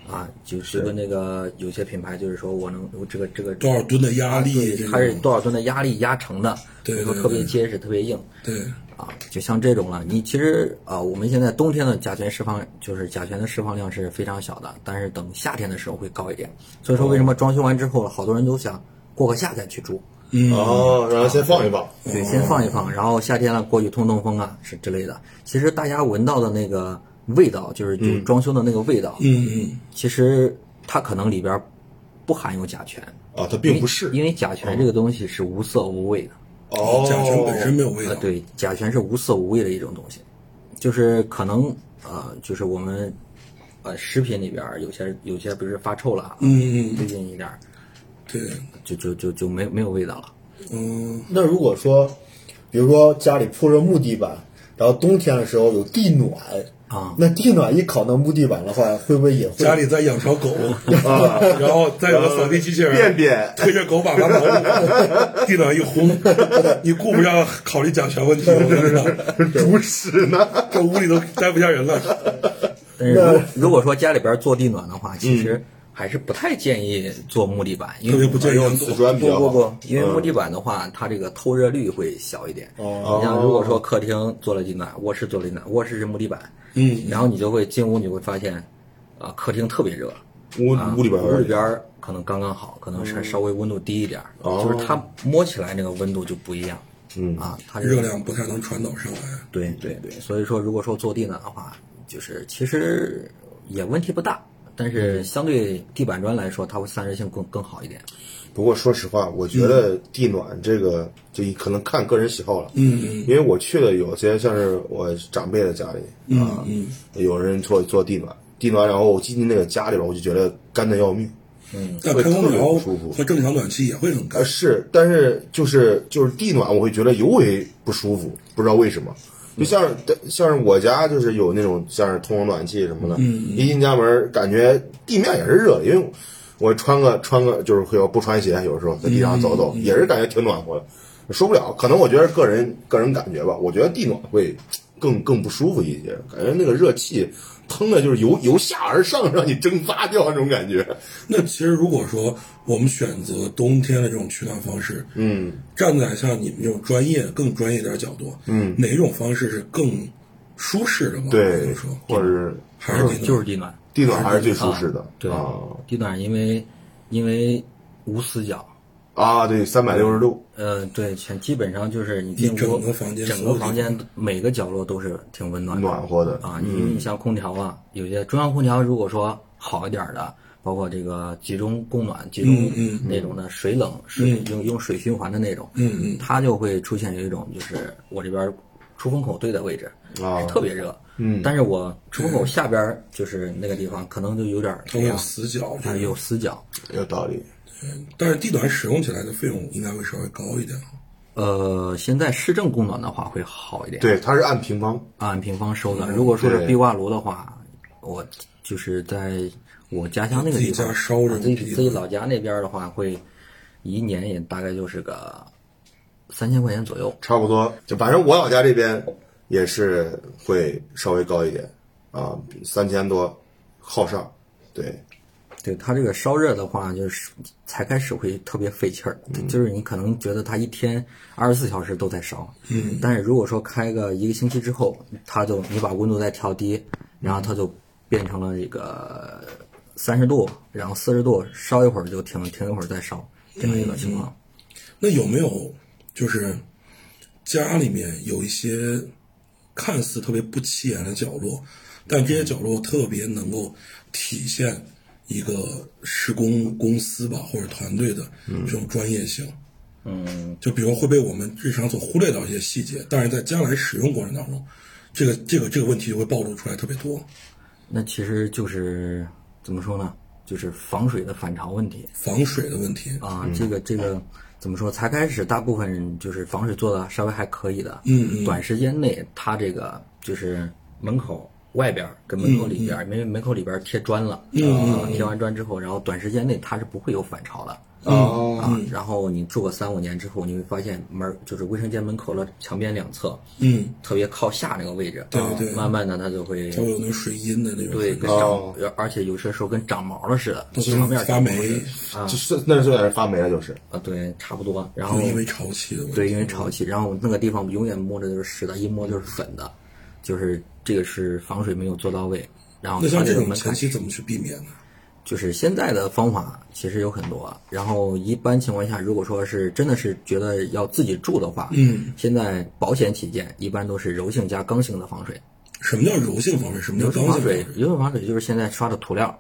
Speaker 4: 啊，就是跟那个有些品牌就是说我能我这个这个
Speaker 1: 多少吨的压力
Speaker 4: 对，
Speaker 1: 这
Speaker 4: 它是
Speaker 1: 种
Speaker 4: 多少吨的压力压成的，
Speaker 1: 对
Speaker 4: 所以说
Speaker 1: 对
Speaker 4: 特别
Speaker 1: 对
Speaker 4: 结实，特别硬。
Speaker 1: 对，
Speaker 4: 啊，就像这种了，你其实啊、呃我们现在冬天的甲醛释放就是甲醛的释放量是非常小的，但是等夏天的时候会高一点。所以说，为什么装修完之后，好多人都想过个夏再去住？
Speaker 2: 哦，然后先放一放，
Speaker 4: 对，先放一放，然后夏天了过去通通风啊，是之类的。其实大家闻到的那个味道，就是
Speaker 2: 嗯
Speaker 4: 就装修的那个味道，
Speaker 1: 嗯嗯，
Speaker 4: 其实它可能里边不含有甲醛，
Speaker 2: 啊，它并不是
Speaker 4: 因为甲醛这个东西是无色无味的。
Speaker 2: 哦，
Speaker 1: 甲醛本身没有味道
Speaker 4: 呃，，对，甲醛是无色无味的一种东西，就是可能呃，就是我们呃食品里边儿有些有些不是发臭了啊，
Speaker 1: 嗯嗯
Speaker 4: 最近一点儿
Speaker 1: 对，
Speaker 4: 就就就就没没有味道了。
Speaker 1: 嗯
Speaker 5: 那如果说，比如说家里铺着木地板，然后冬天的时候有地暖
Speaker 4: 啊
Speaker 5: 那地暖一烤到木地板的话，会不会也会
Speaker 1: 家里在养条 狗，然后再有个扫地机器人，
Speaker 2: 啊便便
Speaker 1: 推着狗粑粑毛，地上一轰， 你顾不上考虑甲醛问题，我跟你讲，
Speaker 2: 主食呢？
Speaker 1: 这屋里都待不下人了。
Speaker 4: 但是如果如果说家里边儿做地暖的话，
Speaker 1: 嗯
Speaker 4: 其实还是不太建议做木地板，因
Speaker 1: 特
Speaker 4: 为
Speaker 1: 别不建议
Speaker 2: 用
Speaker 1: 用
Speaker 2: 瓷砖比
Speaker 4: 不
Speaker 2: 较
Speaker 4: 不
Speaker 2: 好
Speaker 1: 嗯
Speaker 4: 不，因为木地板的话，它这个透热率会小一点。
Speaker 5: 哦
Speaker 4: 你像如果说客厅做了地暖，卧室做了地暖，卧室是木地板，嗯，然后你就会进屋，你会发现，啊，客厅特别热，
Speaker 2: 屋
Speaker 4: 啊
Speaker 2: 屋里边
Speaker 4: 屋里边儿可能刚刚好，可
Speaker 1: 哦
Speaker 4: 能是稍微温度低一点儿，就是它摸起来那个温度就不一样，嗯啊，它这个
Speaker 1: 热量不太能传导上来，
Speaker 4: 对对对，所以说如果说做地暖的话，就是其实也问题不大，但
Speaker 1: 嗯
Speaker 4: 是相对地板砖来说，它会散热性更更好一点。
Speaker 2: 不过说实话，我觉得地暖这个就可能看个人喜好了。嗯，因为我去了有些像是我长辈的家里啊，有人做做地暖，地暖，然后我进去那个家里边，我就觉得干的要命。
Speaker 1: 但开空调
Speaker 2: 嗯特别不舒服
Speaker 1: 和正常暖气也会很干
Speaker 2: 呃，。是，但是就是就是地暖，我会觉得尤为不舒服，不知道为什么。就像
Speaker 1: 嗯
Speaker 2: 是像是我家就是有那种像是通风暖气什么的，
Speaker 1: 嗯
Speaker 2: 一进家门儿感觉地面也是热的，因为我穿个穿个就是会有不穿鞋，有时候在地上走
Speaker 1: 嗯
Speaker 2: 走、也是感觉挺暖和的，受不了。可能我觉得个人个人感觉吧，我觉得地暖会更更不舒服一些，感觉那个热气腾的就是由由下而上让你蒸发掉那种感觉。
Speaker 1: 那其实如果说我们选择冬天的这种取暖方式，
Speaker 2: 嗯，
Speaker 1: 站在像你们这种专业更专业点角度，嗯，哪种方式是更舒适的吧？或
Speaker 2: 对
Speaker 1: 者说，
Speaker 2: 或者是
Speaker 1: 还是地暖
Speaker 4: 就是地暖，
Speaker 2: 地暖还是最舒适的。
Speaker 4: 对
Speaker 2: 啊，
Speaker 4: 地暖因为因为无死角，
Speaker 2: 啊，对，三百六十度，
Speaker 4: 呃，对，全基本上就是你进屋
Speaker 1: 你整个房间
Speaker 4: 整
Speaker 1: 所有地
Speaker 4: 个
Speaker 1: 方
Speaker 4: 房间每个角落都是挺温暖的
Speaker 2: 暖和的
Speaker 4: 啊。你你像空调啊，有些中央空调如果说好一点儿的，包括这个集中供暖、集中那种的水冷水用用水循环的那种，
Speaker 1: 嗯嗯，
Speaker 4: 它就会出现有一种就是我这边出风口对的位置
Speaker 2: 啊
Speaker 1: 哦
Speaker 4: 是特别热，嗯，但是我出风口下边儿就是那个地方可能就有点儿
Speaker 1: 它会有死角，
Speaker 4: 啊有死角，
Speaker 2: 有道理。
Speaker 1: 但是地暖使用起来的费用应该会稍微高一点。
Speaker 4: 呃，现在市政供暖的话会好一点，
Speaker 2: 对，它是按平方，
Speaker 4: 按平方收
Speaker 1: 嗯
Speaker 4: 的。如果说是
Speaker 2: 对
Speaker 4: 壁挂炉的话，我就是在我家乡那个地
Speaker 1: 自己
Speaker 4: 方，
Speaker 1: 家烧着
Speaker 4: 啊自己
Speaker 1: 地方
Speaker 4: 自己老家那边的话，会一年也大概就是个三千块钱左右。
Speaker 2: 差不多。就反正我老家这边也是会稍微高一点啊，三千多，靠上。对，
Speaker 4: 对它这个烧热的话，就是才开始会特别费气儿，就是你可能觉得它一天二十四小时都在烧，嗯，但是如果说开个一个星期之后，它就你把温度再调低，然后它就变成了这个三十度，然后四十度，烧一会儿就停，停一会儿再烧，这样一个情况。
Speaker 1: 那有没有就是家里面有一些看似特别不起眼的角落，但这些角落特别能够体现一个施工公司吧或者团队的这种专业性？嗯，就比如会被我们日常所忽略到一些细节，但是在将来使用过程当中，这个这个这个问题就会暴露出来特别多。
Speaker 4: 那其实就是怎么说呢？就是防水的反潮问题。
Speaker 1: 防水的问题，
Speaker 4: 啊，这个这个怎么说？才开始大部分人就是防水做的稍微还可以的，嗯嗯，短时间内它这个就是门口外边儿跟门口
Speaker 1: 嗯
Speaker 4: 里边儿，门门口里边儿贴砖了，啊，贴完砖之后，然后短时间内它是不会有反潮的。
Speaker 1: 嗯
Speaker 2: 哦
Speaker 4: 啊，然后你住个三五年之后，你会发现门儿就是卫生间门口的墙边两侧，
Speaker 1: 嗯，
Speaker 4: 特别靠下那个位置，
Speaker 1: 对对
Speaker 4: 慢慢的它就会
Speaker 1: 它会有那个水银的那种，
Speaker 4: 对，跟
Speaker 2: 哦
Speaker 4: 长，而且有些时候跟长毛了似的，
Speaker 1: 它就
Speaker 4: 墙面
Speaker 1: 是发霉，
Speaker 2: 就是那时候在那发霉了，就是
Speaker 4: 啊，对，差不多。然后
Speaker 1: 嗯因为潮气的问题。
Speaker 4: 对，因为潮气，然后那个地方永远摸着就是湿的，一摸就是粉的，就是这个是防水没有做到位。然后
Speaker 1: 那像
Speaker 4: 它
Speaker 1: 这
Speaker 4: 这个
Speaker 1: 种
Speaker 4: 门
Speaker 1: 前
Speaker 4: 槛
Speaker 1: 期怎么去避免呢？
Speaker 4: 就是现在的方法其实有很多，然后一般情况下，如果说是真的是觉得要自己住的话，
Speaker 1: 嗯，
Speaker 4: 现在保险起见，一般都是柔性加刚性的防水。
Speaker 1: 什么叫柔性防水？什么叫
Speaker 4: 柔
Speaker 1: 刚性
Speaker 4: 性防
Speaker 1: 防水
Speaker 4: 水？，柔性防水就是现在刷的涂料，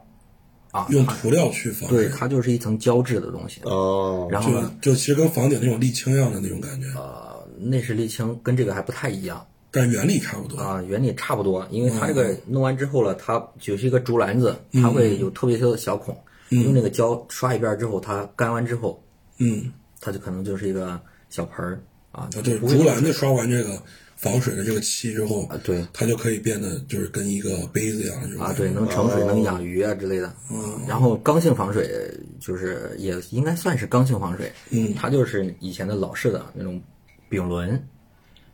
Speaker 4: 啊，
Speaker 1: 用
Speaker 4: 它
Speaker 1: 涂料去防
Speaker 4: 对，啊
Speaker 1: 水，
Speaker 4: 它就是一层胶质的东西，
Speaker 2: 哦，
Speaker 4: 然后
Speaker 1: 就
Speaker 4: 呢，
Speaker 1: 就其实跟房顶那种沥青一样的那种感觉，
Speaker 4: 呃，内饰沥青跟这个还不太一样，
Speaker 1: 但原理差不多。
Speaker 4: 啊，原理差不多，因为它这个弄完之后了，它就是一个竹篮子，它会有特别多的小孔，用那个胶刷一遍之后，它干完之后，
Speaker 1: 嗯，
Speaker 4: 它就可能就是一个小盆儿啊，
Speaker 1: 啊，就是
Speaker 4: 不会
Speaker 1: 竹篮子刷完这个防水的这个漆之后，
Speaker 4: 啊，对
Speaker 1: 它就可以变得就是跟一个杯子一样的这种
Speaker 4: 啊
Speaker 1: 感觉
Speaker 4: 对，能盛水、能养鱼啊之类的。然后刚性防水就是也应该算是刚性防水，
Speaker 1: 嗯
Speaker 4: 它就是以前的老式的那种丙纶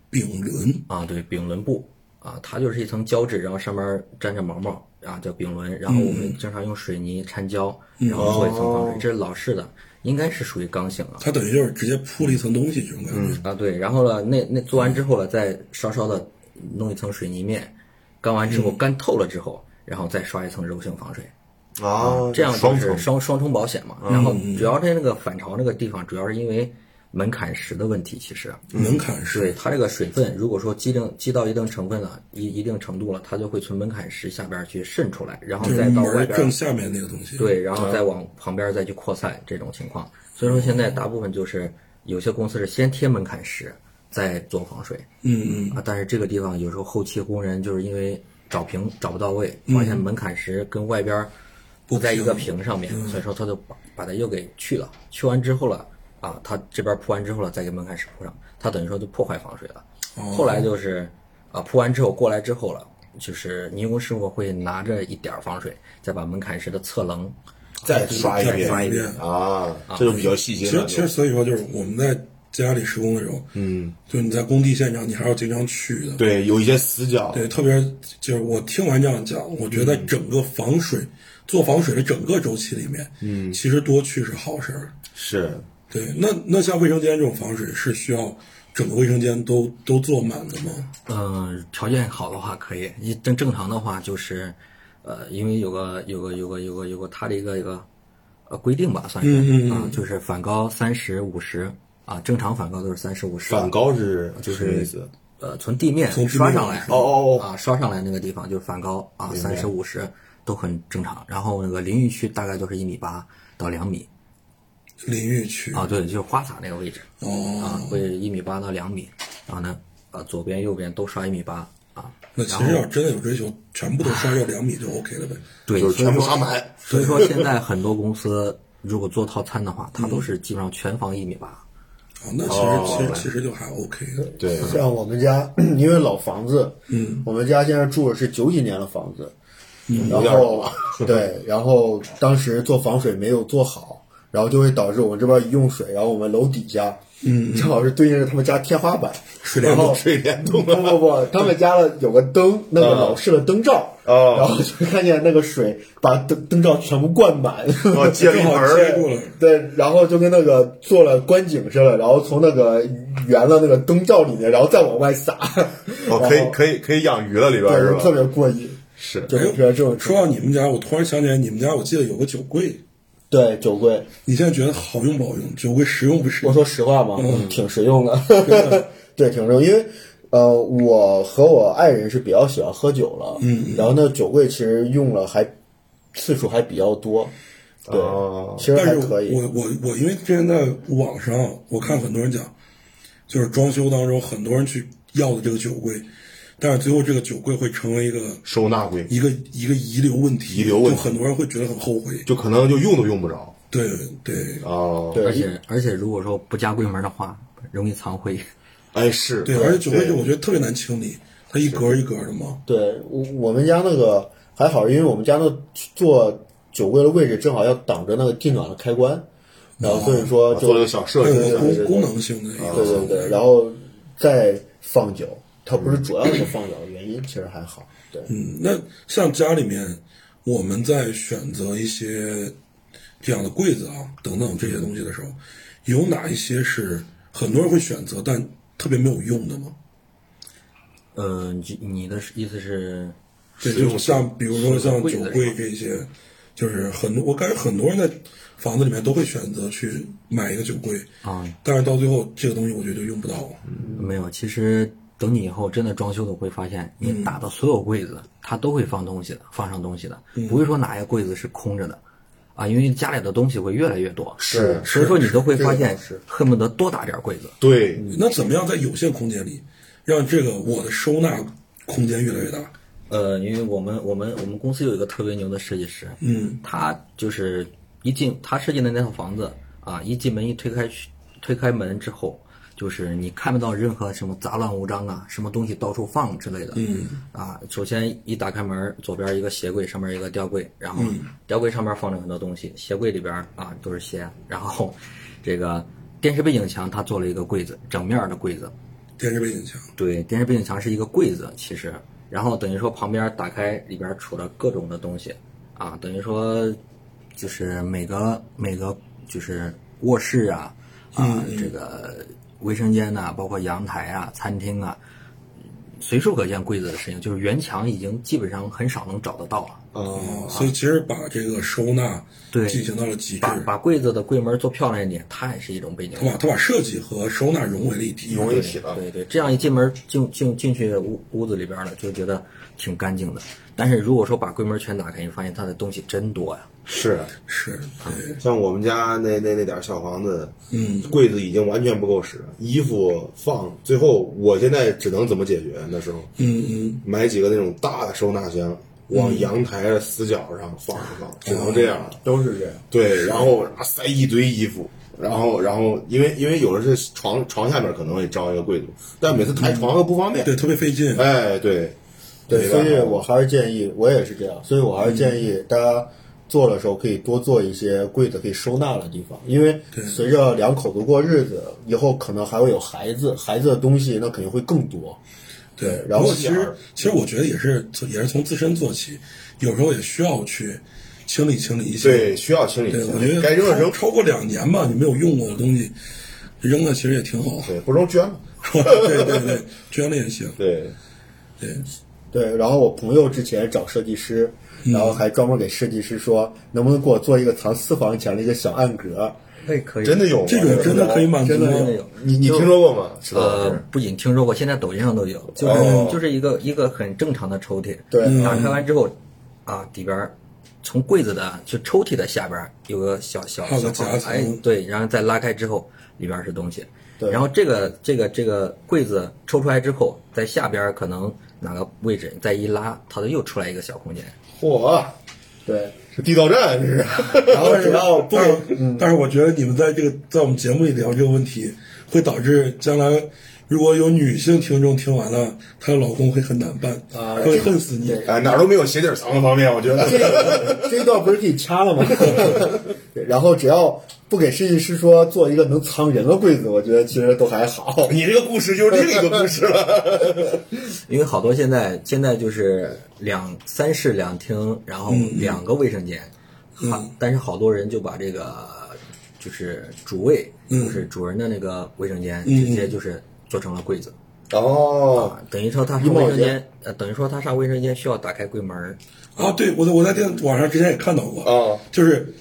Speaker 1: 丙纶
Speaker 4: 啊，对，丙纶布啊，它就是一层胶质，然后上面沾着毛毛啊，叫丙纶。然后我们经常用水泥掺胶，然后做一层防水，这是老式的，应该是属于刚性啊。
Speaker 1: 它等于就是直接铺了一层东西，这种感觉。
Speaker 4: 啊，对，然后呢，那那做完之后了，再稍稍的弄一层水泥面，干完之后干透了之后，然后再刷一层柔性防水，
Speaker 2: 啊，
Speaker 4: 这样就
Speaker 2: 双
Speaker 4: 是
Speaker 2: 层
Speaker 4: 双双重保险嘛。然后主要在那个反潮那个地方，主要是因为门槛石的问题，其实。
Speaker 1: 门槛
Speaker 4: 对
Speaker 1: 是
Speaker 4: 它这个水分，如果说积定积到一定成分了，一一定程度了，它就会从门槛石下边儿去渗出来，然后
Speaker 1: 就是
Speaker 4: 再
Speaker 1: 门
Speaker 4: 到外
Speaker 1: 儿
Speaker 4: 边
Speaker 1: 正嗯
Speaker 4: 儿，
Speaker 1: 下面那个东西。，
Speaker 4: 对，然后再往旁边儿再去扩散这种情况。所以说现在大部分就是有些公司是先贴门槛石，再做防水
Speaker 1: 嗯嗯，
Speaker 4: 啊，但是这个地方有时候后期工人就是因为找平找不到位，发现门槛石跟外边儿不在一个
Speaker 1: 嗯平嗯
Speaker 4: 平上面，所以说他就把把它又给去了，去完之后了。啊，他这边铺完之后了，再给门槛石铺上，他等于说就破坏防水了。
Speaker 1: 哦
Speaker 4: 后来就是啊，铺完之后过来之后了，就是泥工师傅会拿着一点儿防水，再把门槛石的侧棱
Speaker 2: 再刷一
Speaker 1: 再刷一
Speaker 2: 遍
Speaker 1: 遍。
Speaker 2: 啊，这就比较细
Speaker 1: 其
Speaker 2: 心
Speaker 1: 实
Speaker 2: 了。
Speaker 1: 其实所以说就是我们在家里施工的时候，嗯，就你在工地现场，你还要经常去的。
Speaker 2: 对，有一些死角，
Speaker 1: 对，特别就是我听完这样讲，我觉得整个防水、做防水的整个周期里面，嗯，其实多去是好事儿。
Speaker 2: 是
Speaker 1: 对，那那像卫生间这种防水是需要整个卫生间都都做满的吗？
Speaker 4: 嗯，条件好的话可以，一正正常的话就是，呃，因为有个有个有个有个有个它的一个一个呃规定吧，算是啊、
Speaker 1: 嗯嗯嗯
Speaker 4: 就是反高三十五十啊，正常反高都是三十五十，
Speaker 2: 反高是就
Speaker 4: 就是
Speaker 2: 什么意思？
Speaker 4: 呃从地面
Speaker 1: 从地
Speaker 4: 刷
Speaker 1: 面
Speaker 4: 上来，
Speaker 1: 哦
Speaker 2: 哦哦
Speaker 4: 啊刷上来那个地方就是反高啊，三十五十都很正常。然后那个淋浴区大概都是一米八到两米
Speaker 1: 淋浴区
Speaker 4: 啊，对，就是花洒那个位置
Speaker 1: 哦，
Speaker 4: 啊，会一米八到两米，然后呢啊左边右边都刷一米八啊，
Speaker 1: 那其实要真的有追求，全部都刷掉两米就 OK 了呗。
Speaker 4: 对，
Speaker 2: 就是
Speaker 4: 所以
Speaker 2: 全部
Speaker 4: 说
Speaker 2: 刷满。
Speaker 4: 所以说，现在很多公司如果做套餐的话，它都是基本上全房一米八。
Speaker 5: 嗯
Speaker 1: 啊，那其实、其实其实就还 OK 的。
Speaker 2: 对，
Speaker 5: 像我们家， 因为老房子，嗯，我们家现在住的是九几年的房子，然
Speaker 2: 有点老
Speaker 5: 后 对，然后当时做防水没有做好，然后就会导致我们这边一用水，然后我们楼底下，嗯，正好是对应着他们家天花板，
Speaker 1: 水帘
Speaker 5: 然
Speaker 1: 洞
Speaker 5: 后
Speaker 2: 水帘
Speaker 5: 不
Speaker 2: 洞
Speaker 5: 不不不，他们家的有个灯，那个老式的灯罩，
Speaker 2: 哦
Speaker 5: 然后就看见那个水把灯灯罩全部灌满，
Speaker 2: 哦，接了一
Speaker 1: 正
Speaker 2: 盆
Speaker 1: 好接住
Speaker 2: 儿，哦
Speaker 1: 了，
Speaker 5: 对，然后就跟那个做了观景似的，然后从那个圆了那个灯罩里面，然后再往外撒。
Speaker 2: 哦，可以可以可以养鱼了里边儿是
Speaker 5: 对，特
Speaker 2: 吧？
Speaker 5: 别过瘾。
Speaker 2: 是
Speaker 5: 就
Speaker 1: 哎
Speaker 5: 是这种
Speaker 1: 说到你们家，我突然想起来，你们家我记得有个酒柜，
Speaker 5: 对酒柜，
Speaker 1: 你现在觉得好用不好用？酒柜实用 不实用？
Speaker 5: 我说实话嘛，嗯挺实用的， 对，挺实用。因为呃，我和我爱人是比较喜欢喝酒了，嗯，然后那酒柜其实用了还次数还比较多，对，
Speaker 2: 哦
Speaker 5: 其实
Speaker 1: 但
Speaker 5: 还
Speaker 1: 是
Speaker 5: 可以。
Speaker 1: 我我我因为之前在网上我看很多人讲，就是装修当中很多人去要的这个酒柜，但是最后这个酒柜会成为一个
Speaker 2: 收纳柜，
Speaker 1: 一个一个遗留问题，
Speaker 2: 遗留问
Speaker 1: 就
Speaker 2: 题
Speaker 1: 很多人会觉得很后悔。
Speaker 2: 就可能就用都用不着
Speaker 1: 对对
Speaker 2: 哦。
Speaker 5: 对
Speaker 4: 而且而且，如果说不加柜门的话，容易藏灰。
Speaker 2: 哎是，
Speaker 1: 对，而且酒柜
Speaker 2: 对
Speaker 1: 就我觉得特别难清理，它一格一格的嘛。
Speaker 5: 对我我们家那个还好，因为我们家那个做酒柜的位置正好要挡着那个地暖的开关，然后所以说就
Speaker 2: 做了个小设
Speaker 1: 它有
Speaker 2: 计
Speaker 1: 个
Speaker 2: 的，
Speaker 1: 功功能性的一
Speaker 5: 对
Speaker 1: 个
Speaker 5: 对对，然后再放酒，它不是主要的放酒的原因，其实还好。对，
Speaker 1: 嗯，那像家里面，我们在选择一些这样的柜子啊等等这些东西的时候，有哪一些是很多人会选择但特别没有用的吗？
Speaker 4: 呃，你你的意思是，
Speaker 1: 对，就像比如说像
Speaker 4: 柜
Speaker 1: 酒
Speaker 4: 子
Speaker 1: 柜
Speaker 4: 是吧
Speaker 1: 这些，就是很多我感觉很多人在房子里面都会选择去买一个酒柜
Speaker 4: 啊，嗯
Speaker 1: 但是到最后这个东西我觉得就用不到了。
Speaker 4: 没有，其实等你以后真的装修的会发现，你打的所有柜子，它都会放东西的，放上东西的，
Speaker 5: 嗯
Speaker 4: 不会说哪一个柜子是空着的，啊，因为家里的东西会越来越多，
Speaker 2: 是
Speaker 4: 所以说你都会发
Speaker 5: 这
Speaker 4: 现
Speaker 5: 个是，
Speaker 4: 恨不得多打点柜子。
Speaker 2: 对，
Speaker 1: 那怎么样在有限空间里，让这个我的收纳空间越来越大？
Speaker 4: 呃，因为我们我们我们公司有一个特别牛的设计师，嗯，他就是一进他设计的那套房子啊，一进门一推开推开门之后，就是你看不到任何什么杂乱无章啊，什么东西到处放之类的，嗯，啊，首先一打开门，左边一个鞋柜，上面一个吊柜，然后吊柜上面放着很多东西，鞋柜里边啊都是鞋，然后这个电视背景墙他做了一个柜子，整面儿的柜子，
Speaker 1: 电视背景墙，
Speaker 4: 对，电视背景墙是一个柜子，其实，然后等于说旁边打开，里边储了各种的东西，啊，等于说就是每个每个就是卧室啊，啊，这个卫生间呐、包括阳台啊、餐厅啊，随处可见柜子的事情，就是原墙已经基本上很少能找得到了。
Speaker 2: 嗯
Speaker 1: 哦，所以其实把这个收纳
Speaker 4: 对
Speaker 1: 进行到了极致，
Speaker 4: 把把柜子的柜门做漂亮一点，它也是一种背景
Speaker 1: 他。把他把设计和收纳融为了一体，
Speaker 2: 融为一体了。
Speaker 4: 对对，这样一进门进进进去屋屋子里边了，就觉得挺干净的。但是如果说把柜门全打开，你发现它的东西真多呀。
Speaker 2: 是，
Speaker 1: 是，对，
Speaker 2: 像我们家那那那点儿小房子，嗯，柜子已经完全不够使，衣服放，最后我现在只能怎么解决？那时候，
Speaker 1: 嗯嗯，
Speaker 2: 买几个那种大的收纳箱，往阳台的死角上放一放，只能这样了。
Speaker 5: 都是这样。
Speaker 2: 对，然后啊塞一堆衣服，然后然后因为因为有的是床床下面可能会招一个柜子，但每次抬床又不方
Speaker 1: 嗯
Speaker 2: 便。
Speaker 1: 对，特别费劲，
Speaker 2: 哎，对，
Speaker 5: 对，
Speaker 2: 没
Speaker 5: 所
Speaker 2: 办
Speaker 5: 以
Speaker 2: 法
Speaker 5: 我还是建议，我也是这样，所以我还是建议大家做的时候可以多做一些柜子可以收纳的地方，因为随着两口子过日子，以后可能还会有孩子，孩子的东西那肯定会更多。
Speaker 1: 对。
Speaker 5: 然
Speaker 1: 不
Speaker 5: 后
Speaker 1: 过其
Speaker 5: 小
Speaker 1: 实
Speaker 5: 孩
Speaker 1: 其实我觉得也是也是从自身做起，有时候也需要去清理清理一些。
Speaker 2: 对，需要清理
Speaker 1: 对，
Speaker 2: 一下
Speaker 1: 我觉得
Speaker 2: 该扔的扔
Speaker 1: 超，超过两年吧，你没有用过的东西扔了，其实也挺好。
Speaker 2: 对，不扔捐吧。
Speaker 1: 对对对，捐了也行。
Speaker 2: 对，
Speaker 1: 对，
Speaker 5: 对，然后我朋友之前找设计师，然后还专门给设计师说，能不能给我做一个藏私房钱的一个小暗格？
Speaker 4: 哎，可以
Speaker 2: 真的有吗
Speaker 1: 这种真的可以满足
Speaker 4: 真的真的
Speaker 1: 吗？
Speaker 4: 有。
Speaker 2: 你你听说过吗？石头老
Speaker 4: 呃
Speaker 2: 师，
Speaker 4: 不仅听说过，现在抖音上都有，就是、
Speaker 2: 哦
Speaker 4: 就是一个一个很正常的抽屉，
Speaker 5: 对嗯
Speaker 4: 打开完之后，啊，里边儿从柜子的就抽屉的下边儿有个小小
Speaker 1: 还有
Speaker 4: 小
Speaker 1: 个夹
Speaker 4: 缝，
Speaker 1: 层
Speaker 4: 哎，对，然后再拉开之后，里边儿是东西，
Speaker 5: 对
Speaker 4: 然后这个这个这个柜子抽出来之后，在下边儿可能哪个位置再一拉，它就又出来一个小空间，
Speaker 2: 嚯，
Speaker 5: 对，
Speaker 2: 这地道战这是。
Speaker 5: 然后嗯只要
Speaker 1: 不
Speaker 5: 但是，
Speaker 1: 但是我觉得你们在这个在我们节目里聊这个问题，会导致将来如果有女性听众听完了，她的老公会很难办，
Speaker 5: 啊
Speaker 1: 会恨死你。
Speaker 5: 对
Speaker 2: 哎，哪儿都没有鞋底儿藏的方便，我觉得。
Speaker 5: 这一段不是可以掐了吗？对然后只要不给设计师说做一个能藏人的柜子，我觉得其实都还好。
Speaker 2: 你这个故事就是另一个故事了。
Speaker 4: 因为好多现在现在就是两三室两厅，然后两个卫生间，好、但是好多人就把这个就是主卫，就是主人的那个卫生间，直接就是做成了柜子。
Speaker 2: 哦，
Speaker 4: 啊，等于说他
Speaker 5: 一
Speaker 4: 上
Speaker 5: 毛
Speaker 4: 卫生
Speaker 5: 钱
Speaker 4: 间，呃，等于说他上卫生间需要打开柜门儿，
Speaker 1: 啊，对，我在我在电网上之前也看到过，
Speaker 2: 啊
Speaker 1: 就是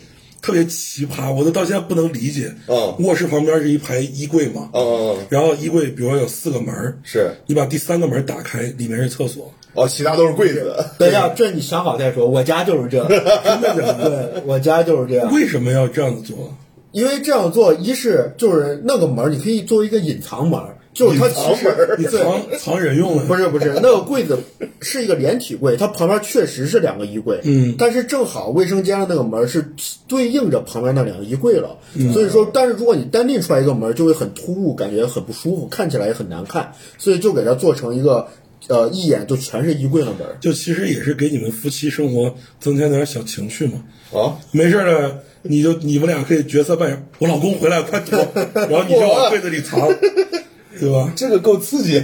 Speaker 1: 特别奇葩，我都到现在不能理解。
Speaker 2: 啊
Speaker 1: 卧室旁边是一排衣柜嘛，
Speaker 5: 啊
Speaker 2: 嗯，嗯
Speaker 1: 然后衣柜比如说有四个门儿，
Speaker 2: 是
Speaker 1: 你把第三个门儿打开，里面是厕所，
Speaker 2: 哦，其他都是柜 子。
Speaker 5: 等一下，这你想好再说。我家就 是这样，
Speaker 1: 真的假的？
Speaker 5: 对我家就是这样。
Speaker 1: 为什么要这样子做？
Speaker 5: 因为这样做，一是就是那个门儿，你可以作为一个隐藏门儿，就是它其
Speaker 2: 隐藏
Speaker 5: 实
Speaker 2: 门儿
Speaker 1: 你
Speaker 5: 对，
Speaker 1: 藏藏人用的，
Speaker 5: 不是不是，那个柜子是一个连体柜，它旁边确实是两个衣柜，嗯，但是正好卫生间的那个门儿是对应着旁边那两个衣柜了，
Speaker 2: 嗯
Speaker 5: 所以说，但是如果你单立出来一个门儿，就会很突兀，感觉很不舒服，看起来也很难看，所以就给它做成一个。呃一眼就全是衣柜的门儿。
Speaker 1: 就其实也是给你们夫妻生活增加点小情趣嘛。
Speaker 2: 啊，
Speaker 1: 没事儿了，你就你们俩可以角色扮演，我老公回来快 躲，然后你就往柜子里藏，
Speaker 5: 啊
Speaker 1: 对吧？
Speaker 2: 这个够刺激。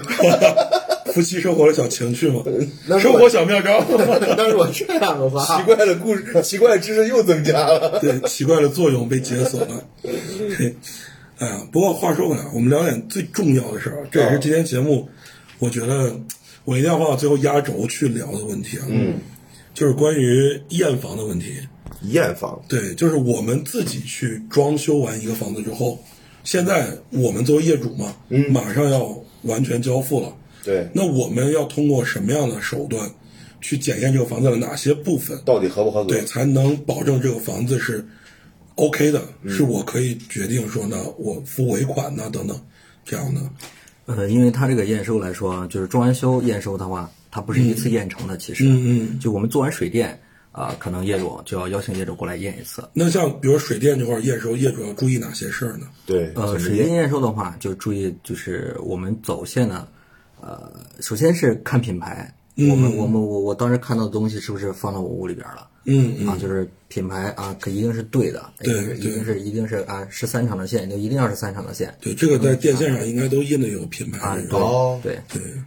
Speaker 1: 夫妻生活的小情趣嘛，
Speaker 5: 那是
Speaker 1: 生
Speaker 5: 我
Speaker 1: 活小妙 招，
Speaker 5: 但是我这样的话，
Speaker 2: 奇怪的故事，奇怪的知识又增加了。
Speaker 1: 对，奇怪的作用被解锁了。嘿，哎呀，不过话说回来，我们聊点最重要的事儿，这也是今天节目，我觉得我一定要放到最后压轴去聊的问题啊。嗯，就是关于验房的问题。
Speaker 2: 验房，
Speaker 1: 对，就是我们自己去装修完一个房子之后，现在我们作为业主嘛，嗯，马上要完全交付了。
Speaker 2: 对
Speaker 1: 那我们要通过什么样的手段去检验这个房子的哪些部分？
Speaker 2: 到底合不合格
Speaker 1: 对，？才能保证这个房子是 OK 的，
Speaker 4: 嗯
Speaker 1: 是我可以决定说呢，我付尾款呐、等等，这样的。
Speaker 4: 呃，因为它这个验收来说，啊就是装完修验收的话，它不是一次验成的。其实，
Speaker 1: 嗯嗯
Speaker 4: 就我们做完水电啊、可能业主就要邀请业主过来验一次。
Speaker 1: 那像比如水电这块儿验收，业主要注意哪些事儿呢？
Speaker 2: 对，怎
Speaker 4: 呃，
Speaker 2: 么
Speaker 4: 水
Speaker 2: 验
Speaker 4: 电验收的话，就注意就是我们走线呢，呃，首先是看品牌，我们我们我我当时看到的东西是不是放到我屋里边了？
Speaker 1: 嗯嗯
Speaker 4: 啊，就是品牌啊，可一定是对的，一
Speaker 1: 对
Speaker 4: 定是一
Speaker 1: 对
Speaker 4: 定是一定是啊，是三厂的线，就一定要是三厂的线。
Speaker 1: 对，这个在电线上应该都印的有品
Speaker 4: 嗯啊
Speaker 1: 牌，这，个
Speaker 4: 对、
Speaker 2: 哦
Speaker 4: 对，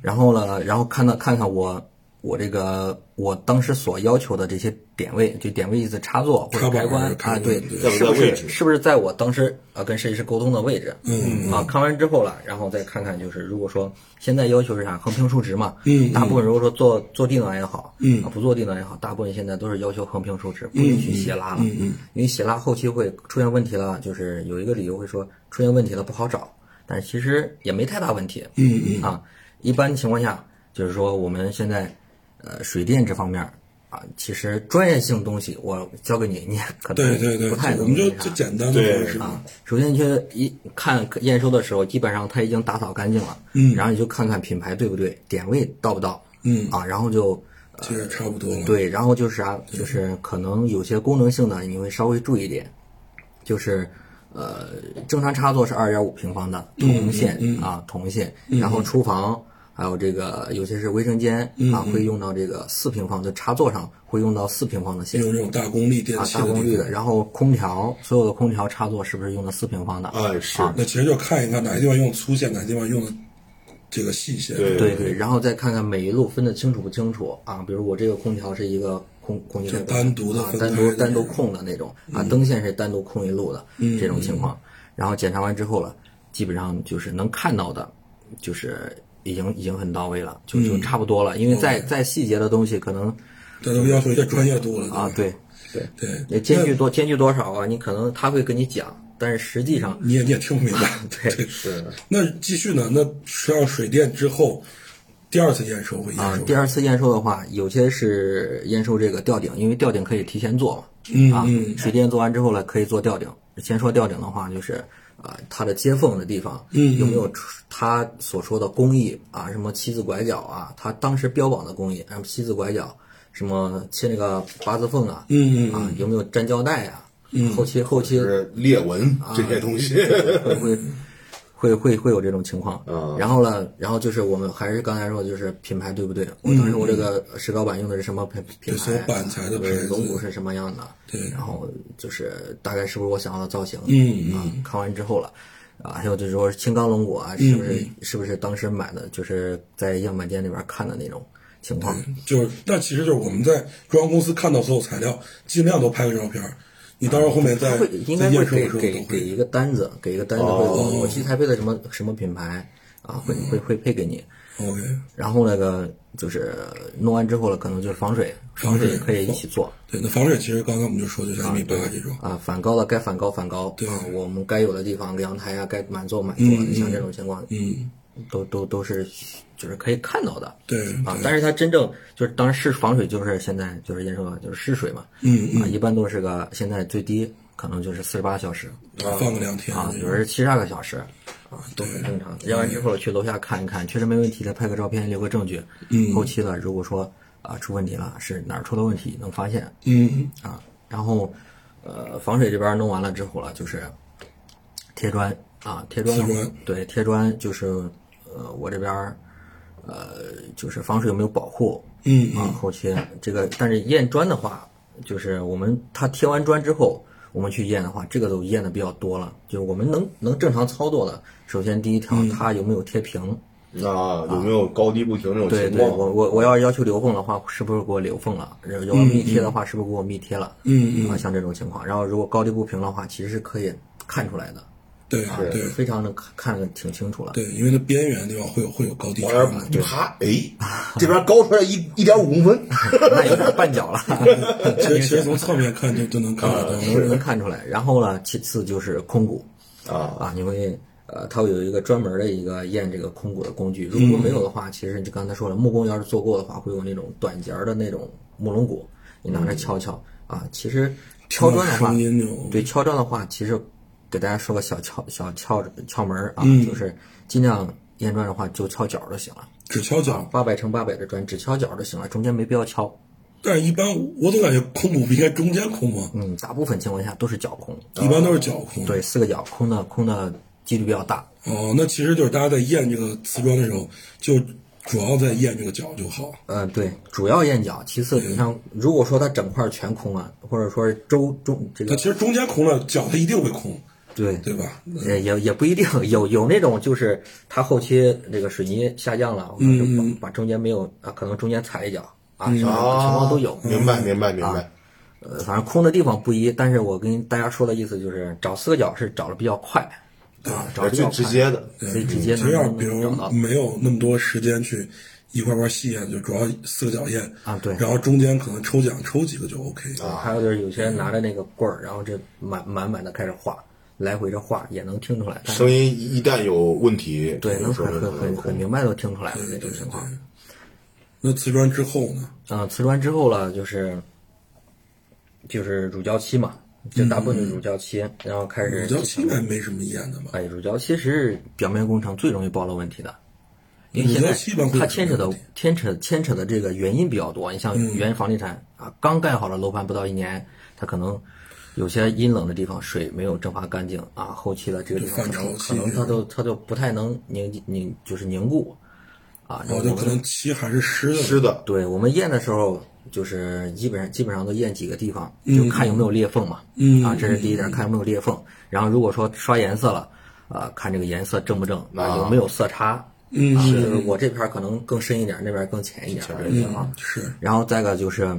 Speaker 4: 然后呢，然后看到看看我我这个我当时所要求的这些点位，就点位意思插座或
Speaker 1: 插
Speaker 4: 者
Speaker 1: 板
Speaker 4: 开关
Speaker 1: 儿开
Speaker 4: 啊，
Speaker 1: 关
Speaker 4: 对
Speaker 1: 对，
Speaker 2: 在
Speaker 4: 是
Speaker 2: 不
Speaker 4: 不
Speaker 2: 在位
Speaker 4: 是
Speaker 2: 置
Speaker 4: 是不是在我当时啊跟设计师沟通的位置？嗯啊，看完之后了，然后再看看就是如果说现在要求是啥横平竖直嘛，嗯，大部分如果说做做地暖也好，嗯，不做地暖也好，大部分现在都是要求横平竖直，不允许斜拉了，嗯，因为斜拉后期会出现问题了，就是有一个理由会说出现问题了不好找。但是其实也没太大问题。嗯嗯啊，一般情况下就是说我们现在呃水电这方面儿啊，其实专业性东西我交给你，你也可能
Speaker 1: 对对对，
Speaker 4: 不太
Speaker 1: 我
Speaker 4: 能
Speaker 1: 们就
Speaker 4: 那啥
Speaker 1: 就简单的
Speaker 2: 对
Speaker 1: 方式嘛。
Speaker 4: 啊。首先你去一看验收的时候，基本上他已经打扫干净了，嗯，然后你就看看品牌对不对，点位到不到，嗯啊，然后就。呃
Speaker 1: 其实差不多了。，
Speaker 4: 对，然后就是啥、就是可能有些功能性的你会稍微注意一点，就是呃，正常插座是二点五平方的铜线、
Speaker 1: 嗯
Speaker 4: 啊，铜线，然后厨房。还有这个，有些是卫生间、
Speaker 1: 嗯
Speaker 4: 啊，会用到这个四平方的插座上，会用到四平方的线
Speaker 1: 用这种大功率电
Speaker 4: 啊，
Speaker 1: 器
Speaker 4: 大
Speaker 1: 的
Speaker 4: 功率
Speaker 1: 地
Speaker 4: 的。
Speaker 1: 方，
Speaker 4: 然后空调，所有的空调插座是不是用的四平方的？
Speaker 1: 啊
Speaker 2: 哎，是
Speaker 4: 啊
Speaker 1: 那其实就看一看哪个地方用粗线，哪个地方用的这个细线。
Speaker 2: 对
Speaker 4: 对对，然后再看看每一路分得清楚不清楚啊？比如我这个空调是一个空空一
Speaker 1: 就
Speaker 4: 个
Speaker 1: 单独的
Speaker 4: 啊
Speaker 1: 分
Speaker 4: 单
Speaker 1: 开
Speaker 4: 独
Speaker 1: 的
Speaker 4: 单
Speaker 1: 那
Speaker 4: 独
Speaker 1: 种嗯
Speaker 4: 空的那种啊，灯线是单独空一路的这种情况。然后检查完之后了，基本上就是能看到的，就是已经已经很到位了，就
Speaker 1: 嗯
Speaker 4: 就差不多了。因为再
Speaker 1: 哦
Speaker 4: 再细节的东西可能
Speaker 1: 这都要求一些专业度了
Speaker 4: 啊，对，
Speaker 1: 对
Speaker 4: 也
Speaker 1: 对，
Speaker 4: 间距多间距多少啊？你可能他会跟你讲，但是实际上
Speaker 1: 你也你也听不明白。
Speaker 4: 啊对
Speaker 2: 是
Speaker 1: 那继续呢？那实际上水电之后，第二次验收会验
Speaker 4: 啊，
Speaker 1: 收，
Speaker 4: 第二次验收的话，有些是验收这个吊顶，因为吊顶可以提前做嘛。
Speaker 1: 嗯
Speaker 4: 啊，水电做完之后呢，可以做吊顶。先说吊顶的话，就是啊、它的接缝的地方，
Speaker 1: 嗯
Speaker 4: 有没有出它所说的工艺啊，什么七字拐角啊，它当时标榜的工艺，然后七字拐角，什么切那个八字缝啊，
Speaker 1: 嗯
Speaker 4: 啊，有没有粘胶带啊？后期后期
Speaker 2: 就是裂纹
Speaker 4: 啊
Speaker 2: 这些东 西。
Speaker 4: 会会会会会有这种情况
Speaker 2: 嗯。
Speaker 4: 然后呢，然后就是我们还是刚才说，就是品牌对不对？我当时我这个石膏板用的是什么品品
Speaker 1: 嗯所
Speaker 4: 牌
Speaker 1: 有？板材的
Speaker 4: 啊
Speaker 1: 牌子
Speaker 4: 龙骨是什么样的？
Speaker 1: 对
Speaker 4: 然后就是大概是不是我想要的造型？
Speaker 1: 嗯嗯
Speaker 4: 啊，看完之后了。啊，还有就是说轻钢龙骨啊，是
Speaker 1: 嗯
Speaker 4: 不是、是不是当时买的，就是在样板间里边看的那种情况？
Speaker 1: 就是那其实就是我们在中央公司看到所有材料，尽量都拍个照片儿。你到时候后面
Speaker 4: 啊他
Speaker 1: 再
Speaker 4: 会应
Speaker 1: 再
Speaker 4: 该
Speaker 1: 验
Speaker 4: 会
Speaker 1: 收的
Speaker 4: 给
Speaker 1: 时候
Speaker 4: 给
Speaker 1: 都
Speaker 4: 给一
Speaker 1: 会。哦
Speaker 4: 个单子，给一个单子会，我我记得还配的什么什么品牌啊，会
Speaker 1: 嗯
Speaker 4: 会会配给你。
Speaker 1: OK，
Speaker 4: 然后那个就是弄完之后了，可能就是防水，
Speaker 1: 防水
Speaker 4: 也可以一起做
Speaker 1: 对，那防水其实刚才我们就说，就像一米八这种，
Speaker 4: 啊，反高的该反高反高，
Speaker 1: 对
Speaker 4: 啊，我们该有的地方阳台啊，该满做满做，像这种情况，
Speaker 1: 嗯，
Speaker 4: 都都都是就是可以看到的
Speaker 1: 对
Speaker 4: 啊
Speaker 1: 对。
Speaker 4: 但是它真正就是当然是防水，就是现在就是验收的就是试水嘛，
Speaker 1: 嗯
Speaker 4: 啊，一般都是个现在最低可能就是四十八小时
Speaker 1: 放个两天
Speaker 4: 啊，
Speaker 1: 这
Speaker 4: 有
Speaker 1: 种
Speaker 4: 人七十二个小时。啊
Speaker 1: 对，
Speaker 4: 很正常。验完之后去楼下看一看，确实没问题，再拍个照片留个证据。嗯，后期了，如果说啊、出问题了，是哪儿出了问题能发现
Speaker 1: 嗯，
Speaker 4: 啊。然后呃防水这边弄完了之后了，就是贴砖啊贴砖的话
Speaker 1: 贴砖
Speaker 4: 对贴砖就是呃我这边儿呃，就是房水有没有保护，
Speaker 1: 嗯
Speaker 4: 啊，后期这个，但是验砖的话，就是我们它贴完砖之后，我们去验的话，这个都验的比较多了，就是我们能能正常操作的，首先第一
Speaker 1: 嗯
Speaker 4: 条，它有没有贴平，
Speaker 2: 那有没有高低不平这种
Speaker 4: 对
Speaker 2: 情
Speaker 4: 对，
Speaker 2: 况？
Speaker 4: 我我我要要求留缝的话，是不是给我留缝了？然后要密贴的话，是不是给我密贴了？
Speaker 1: 嗯嗯嗯
Speaker 4: 啊，像这种情况，然后如果高低不平的话，其实是可以看出来的，
Speaker 1: 对对
Speaker 4: 非常能看看得挺清楚了。
Speaker 1: 对，因为那边缘地方会有会有高低
Speaker 2: 往
Speaker 1: 差
Speaker 2: 那
Speaker 1: 嘛。
Speaker 2: 儿爬，哎，这边高出来一一点五公分，
Speaker 4: 那有点绊 脚了，
Speaker 1: 其实其实从侧面看就就能看
Speaker 4: 啊
Speaker 1: 得到。
Speaker 4: 能能看出来。然后呢，其次就是空鼓
Speaker 2: 啊
Speaker 4: 啊，你会呃，它会有一个专门的一个验这个空鼓的工具。如果没有的话，其实你刚才说了，木工要是做过的话，会有那种短节儿的那种木龙骨，你拿着敲敲啊。其实敲砖的话
Speaker 1: 声，音就
Speaker 4: 对敲砖的话，其实给大家说个小窍小窍窍门儿啊，就是尽量验砖的话就敲角就行了，
Speaker 1: 只敲脚，
Speaker 4: 八百乘八百的砖只敲角就行了，中间没必要敲。
Speaker 1: 但是一般我总感觉空鼓不应该中间空吗？
Speaker 4: 嗯，大部分情况下都是角空，
Speaker 1: 一般都是脚空。
Speaker 4: 对，四个角空的空的几率比较大。
Speaker 1: 哦，那其实就是大家在验这个瓷砖的时候，就主要在验这个脚就好。
Speaker 4: 呃，对，主要验角，其次你像如果说它整块全空了，或者说是周中这
Speaker 1: 它
Speaker 4: 个
Speaker 1: 其实中间空了，脚它一定会空，
Speaker 4: 对
Speaker 1: 对吧？
Speaker 4: 呃，也也不一定，有有那种就是它后期这个水泥下降了，或者是把把中间没有啊，可能中间踩一脚啊，什么情况都有。嗯
Speaker 2: 明白明白明白。
Speaker 4: 呃，反正空的地方不一，但是我跟大家说的意思就是找四个角是找的比较快，啊，找
Speaker 2: 啊
Speaker 4: 得比较
Speaker 2: 最
Speaker 4: 快
Speaker 2: 直，接的，
Speaker 4: 最直接
Speaker 1: 其实嗯要是
Speaker 4: 能
Speaker 1: 比
Speaker 4: 能
Speaker 1: 如
Speaker 4: 找到。
Speaker 1: 没有那么多时间去一块块细验，就主要四个脚验
Speaker 4: 啊对
Speaker 1: 然后中间可能抽奖抽几个就 OK 啊，
Speaker 4: 还有就是有些人拿着那个棍儿，然后这满满满的开始画，来回着画也能听出来，但是
Speaker 2: 声音一旦有问题，
Speaker 4: 嗯对，能
Speaker 2: 说
Speaker 4: 很很很很明白都听出来的
Speaker 1: 对
Speaker 4: 那种
Speaker 1: 对
Speaker 4: 情
Speaker 1: 对
Speaker 4: 况。。
Speaker 1: 那瓷砖之后呢？
Speaker 4: 啊，瓷砖之后了，就是就是乳胶漆嘛，就大部分就是乳胶漆，然后开始
Speaker 1: 嗯乳胶漆应该没什么验的吧？
Speaker 4: 哎，乳胶漆是表面工程最容易暴露问题的，因为
Speaker 1: 乳
Speaker 4: 现
Speaker 1: 胶
Speaker 4: 在
Speaker 1: 漆一般会有
Speaker 4: 它
Speaker 1: 什么
Speaker 4: 牵扯的
Speaker 1: 问题嗯
Speaker 4: 牵扯牵扯的这个原因比较多。你像原房地产啊，刚盖好了楼盘不到一年，它可能有些阴冷的地方水没有蒸发干净啊，后期的这个地方
Speaker 1: 就
Speaker 4: 可
Speaker 1: 泛潮
Speaker 4: 能可
Speaker 1: 期
Speaker 4: 能它都它就不太能凝凝就是凝固啊，
Speaker 1: 哦，
Speaker 4: 然
Speaker 1: 就
Speaker 4: 后
Speaker 1: 可能漆还是湿的。
Speaker 2: 是的，
Speaker 4: 对我们验的时候，就是基本上基本上都验几个地方，就看有没有裂缝嘛。
Speaker 1: 嗯
Speaker 4: 啊，这是第一点，看有没有裂缝。然后如果说刷颜色了，啊，看这个颜色正不正，啊，有没有色差。嗯，啊、就是我这片儿可能更深一点，那边更浅一点而已啊。
Speaker 1: 是
Speaker 4: 然后再一个就是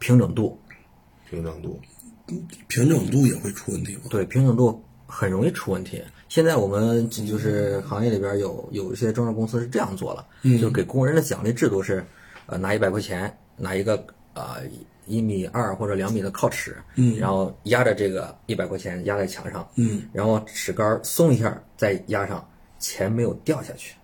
Speaker 4: 平整度，
Speaker 2: 平整度
Speaker 1: 平整度也会出问题吗？
Speaker 4: 对平整度很容易出问题。现在我们就就是行业里边有有一些装修公司是这样做了，就给工人的奖励制度是，呃，拿一百块钱，拿一个呃一米二或者两米的靠尺，然后压着这个一百块钱压在墙上，
Speaker 1: 嗯，
Speaker 4: 然后尺杆儿松一下再压上，钱没有掉下去，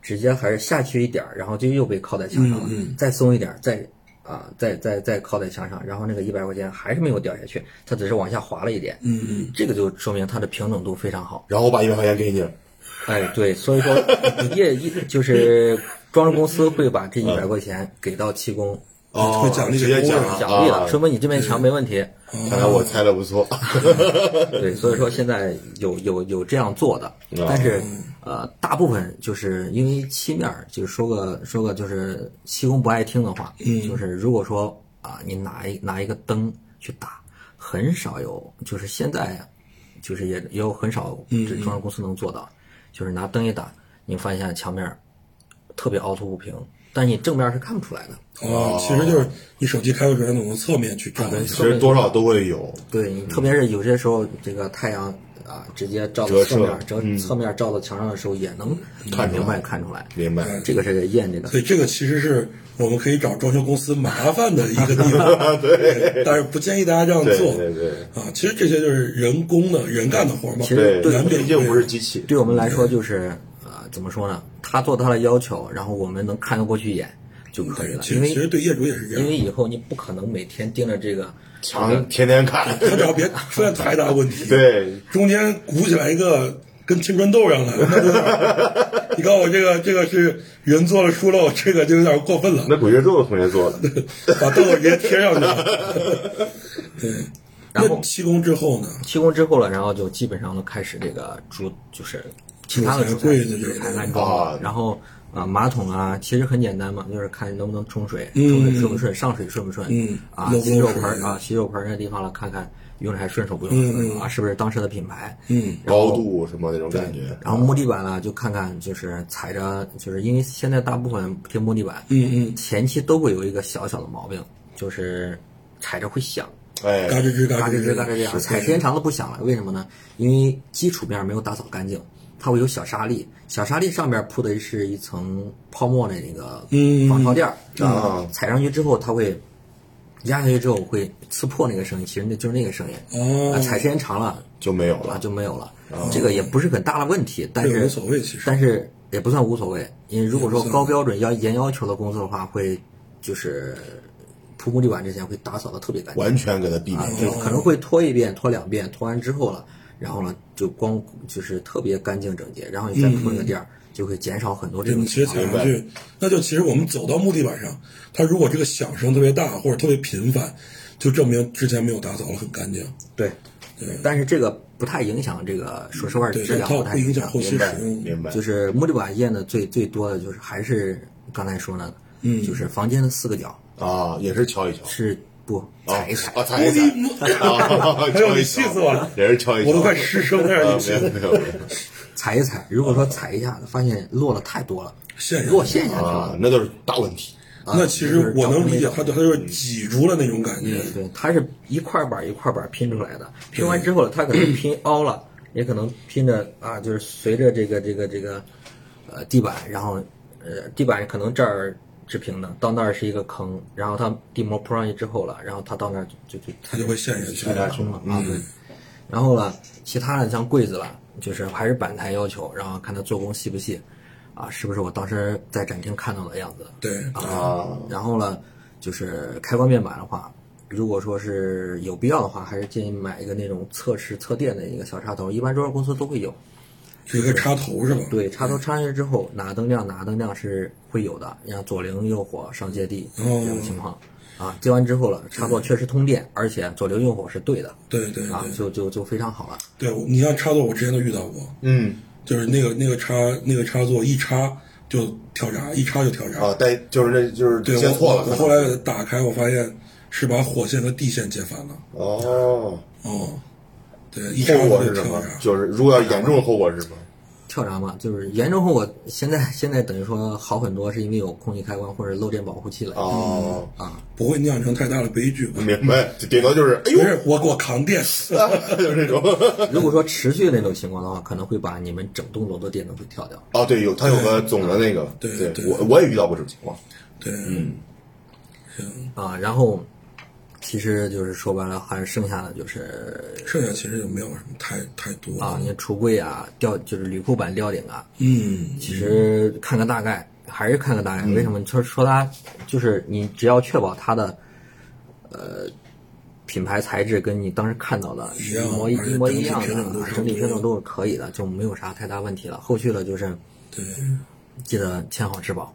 Speaker 4: 直接还是下去一点儿，然后就又被靠在墙上了，再松一点儿，再。啊，再再再靠在墙上，然后那个一百块钱还是没有掉下去，它只是往下滑了一点。嗯嗯，这个就说明它的平整度非常好。
Speaker 2: 然后我把一百块钱给你了，
Speaker 4: 哎，对，所以说业一就是装饰公司会把这一百块钱给到漆工
Speaker 2: 哦
Speaker 1: 会奖励
Speaker 2: 直接
Speaker 1: 给工人
Speaker 2: 奖
Speaker 4: 奖励
Speaker 2: 啊
Speaker 4: 了，说明你这面墙没问题。
Speaker 2: 看来我猜的不错，
Speaker 4: 对，所以说现在有有有这样做的，但是呃，大部分就是因为漆面儿，就是说个说个就是漆工不爱听的话，就是如果说啊、你拿一拿一个灯去打，很少有，就是现在就是也也有很少这装饰公司能做到，就是拿灯一打，你发现墙面儿特别凹凸不平，但你正面是看不出来的。
Speaker 1: 哦，其实就是你手机开个软总从侧面去照一
Speaker 2: 其
Speaker 4: 哦
Speaker 1: 下。
Speaker 2: 实多少都会有，
Speaker 4: 对
Speaker 2: 嗯
Speaker 4: 你，特别是有些时候，这个太阳啊，直接照
Speaker 2: 折
Speaker 4: 到侧面，
Speaker 2: 射
Speaker 4: 照侧面照到墙上的时候，也能
Speaker 2: 看出来
Speaker 4: 明白看出来。
Speaker 2: 明白？
Speaker 4: 这个是验这个，
Speaker 1: 所以这个其实是我们可以找装修公司麻烦的一个地 方，对，但是不建议大家这样
Speaker 2: 对
Speaker 1: 做。
Speaker 2: 对对
Speaker 1: 啊，其实这些就是人工的人干的活嘛。
Speaker 4: 其实对
Speaker 2: 咱
Speaker 1: 难
Speaker 2: 毕
Speaker 1: 免
Speaker 2: 竟不
Speaker 1: 会
Speaker 2: 是机器，
Speaker 4: 对我们来说就是呃，怎么说呢？他做他的要求，然后我们能看得过去眼就可以
Speaker 1: 对，
Speaker 4: 了。
Speaker 1: 其
Speaker 4: 因
Speaker 1: 实
Speaker 4: 为
Speaker 1: 其实对业主也是这
Speaker 4: 因为
Speaker 1: 样，
Speaker 4: 以后你不可能每天盯着这个
Speaker 2: 墙天天看，
Speaker 1: 他只要别出现太大问题，，
Speaker 2: 对，
Speaker 1: 中间鼓起来一个跟青春痘一样的，那就有点儿你告诉我这个这个是人做了疏漏，这个就有点过分了。
Speaker 2: 那鬼月咒的同学做的，
Speaker 1: 把豆豆直接贴上去了。 对，
Speaker 4: 然后
Speaker 1: 那七公之后呢？
Speaker 4: 施工之后了，然后就基本上都开始这个主就是其他的
Speaker 1: 这个
Speaker 4: 主
Speaker 1: 才
Speaker 4: 材
Speaker 1: 贵的
Speaker 4: 就是
Speaker 1: 这个东
Speaker 4: 安
Speaker 1: 西
Speaker 4: 安
Speaker 2: 啊
Speaker 4: 装，然后啊马桶啊，其实很简单嘛，就是看能不能冲水，冲水顺不顺，上水顺不顺，
Speaker 1: 嗯
Speaker 4: 啊
Speaker 1: 漏不漏
Speaker 4: 洗手
Speaker 1: 水
Speaker 4: 盆儿啊洗手盆儿那地方了，看看用着还顺手不用手啊，是不是当时的品牌？
Speaker 1: 嗯，
Speaker 4: 然后
Speaker 2: 高度什么那种感觉，
Speaker 4: 然后木地板呢，就看看就是踩着，就是因为现在大部分这木地板，
Speaker 1: 嗯嗯，
Speaker 4: 前期都会有一个小小的毛病，就是踩着会响，
Speaker 2: 哎
Speaker 1: 嘎，吱吱
Speaker 4: 嘎吱
Speaker 1: 吱
Speaker 4: 吱嘎吱吱响。
Speaker 1: 是
Speaker 4: 踩时间长了不响了，为什么呢？因为基础面没有打扫干净，它会有小沙粒，小沙粒上面铺的是一层泡沫的那个
Speaker 1: 嗯
Speaker 4: 防潮垫儿
Speaker 2: 啊
Speaker 4: 踩上去之后它会压下去之后会刺破那个声音，其实那就是那个声音。
Speaker 1: 哦
Speaker 4: 啊，踩时间长了
Speaker 2: 就没有
Speaker 4: 啊
Speaker 2: 了，
Speaker 4: 就没有了。这个也不是很大的问题，但
Speaker 1: 这
Speaker 4: 是
Speaker 1: 个无所谓其实
Speaker 4: 但是也不算无所谓。因为如果说高标准要严要求的工作的话，会就是铺木地板之前会打扫的特别干净，
Speaker 2: 完全给它避
Speaker 4: 啊
Speaker 1: 哎
Speaker 2: 免，
Speaker 4: 就
Speaker 2: 掉。
Speaker 4: 可能会拖一遍、拖两遍，拖完之后了，然后呢就光就是特别干净整洁，然后你再铺那个垫儿，就会减少很多这
Speaker 1: 这种
Speaker 4: 种
Speaker 1: 嗯其实
Speaker 4: 情况
Speaker 1: 踩上去，那就其实我们走到木地板上，它如果这个响声特别大或者特别频繁，就证明之前没有打扫的很干净。
Speaker 4: 对，但是这个不太影响这个，说实话
Speaker 1: 对，
Speaker 4: 质量
Speaker 1: 它
Speaker 4: 太
Speaker 1: 不影响后期
Speaker 2: 明白
Speaker 1: 使用。
Speaker 2: 明白
Speaker 4: 就，是木地板业呢，最最多的就是还是刚才说那个，嗯，就是房间的四个角
Speaker 2: 啊，也是敲一敲，
Speaker 4: 是不踩一踩，
Speaker 2: 啊，踩一踩，啊，
Speaker 1: 哎呦
Speaker 2: 敲
Speaker 1: 你
Speaker 2: 一敲
Speaker 1: 气死我了
Speaker 2: 也是
Speaker 4: 哎
Speaker 2: 敲一敲，
Speaker 1: 我都快失声了，让
Speaker 2: 啊
Speaker 1: 你，
Speaker 2: 没有没有没有
Speaker 4: 踩一踩。如果
Speaker 1: 哦
Speaker 4: 说踩一下，发现落了太多了，
Speaker 1: 现
Speaker 4: 落
Speaker 1: 象。
Speaker 4: 线下去了，啊
Speaker 2: 啊，那都是大问题，
Speaker 1: 那其实我能理解，它
Speaker 4: 就
Speaker 1: 它就是挤住了那种感觉。
Speaker 4: 对，它是一块板一块板拼出来的，拼完之后了，它可能拼凹了，也可能拼着啊，就是随着这个这个这个呃地板，然后呃地板可能这儿是平的，到那儿是一个坑，然后它地膜铺上去之后了，然后它到那儿就就
Speaker 1: 它就会陷下去。
Speaker 4: 空了啊，对。然后呢，其他的像柜子了，就是还是板材要求，然后看它做工细不细，啊，是不是我当时在展厅看到的样子？
Speaker 1: 对，
Speaker 4: 啊，然后呢，就是开关面板的话，如果说是有必要的话，还是建议买一个那种测试测电的一个小插头，一般中药公司都会有。
Speaker 1: 是一个插头是吧？
Speaker 4: 对，插头插上去之后，哪灯亮哪灯亮是会有的，像左邻右火上接地这种情况。啊，接完之后了，插座确实通电，而且左邻右火是嗯对的，
Speaker 1: 对对
Speaker 4: 啊，
Speaker 1: 对
Speaker 4: 就就就非常好了。
Speaker 1: 对，我你像插座，我之前都遇到过，
Speaker 2: 嗯，
Speaker 1: 就是那个那个插那个插座一插就跳闸，一插就跳闸。
Speaker 2: 啊，带就是那就是
Speaker 1: 对，
Speaker 2: 接
Speaker 1: 我
Speaker 2: 错了，
Speaker 1: 我我后来给它打开，我发现是把火线和地线接反了。
Speaker 2: 哦，
Speaker 1: 哦，对，一插座
Speaker 2: 后果
Speaker 1: 就是
Speaker 2: 什
Speaker 1: 跳
Speaker 2: 么
Speaker 1: 闸？。
Speaker 2: 就是如果要严重的后果是什么？
Speaker 4: 跳闸嘛，就是严重后果。现在现在等于说好很多，是因为有空气开关或者漏电保护器了。
Speaker 2: 哦，
Speaker 1: 不会酿成太大的悲剧吧？
Speaker 2: 明白，就顶多就是哎
Speaker 1: 不是，我我扛 电，
Speaker 2: 呦，就是这种。
Speaker 4: 如果说持续那种情况的话，可能会把你们整栋楼的电都会跳掉。
Speaker 2: 哦，对，有他有个总的那个，
Speaker 1: 对
Speaker 2: 对
Speaker 1: 对
Speaker 2: 我我也遇到过这种情况。
Speaker 1: 对，
Speaker 2: 嗯
Speaker 4: 啊，然后其实就是说白了，还是剩下的就是
Speaker 1: 剩下其实就没有什么太太多
Speaker 4: 啊，你橱柜啊、吊就是铝库板吊顶啊，
Speaker 1: 嗯，
Speaker 4: 其实看个大概，还是看个大概。为什么？就是说它就是你只要确保它的呃品牌材质跟你当时看到的
Speaker 1: 一
Speaker 4: 是
Speaker 1: 样
Speaker 4: 一模一
Speaker 1: 而且
Speaker 4: 一模一样
Speaker 1: 整体品种都，
Speaker 4: 的
Speaker 1: 差
Speaker 4: 啊
Speaker 1: 不多
Speaker 4: 整体品种都是可以的，就没有啥太大问题了。后续了就是
Speaker 1: 对，
Speaker 2: 嗯
Speaker 4: 记得签好质保，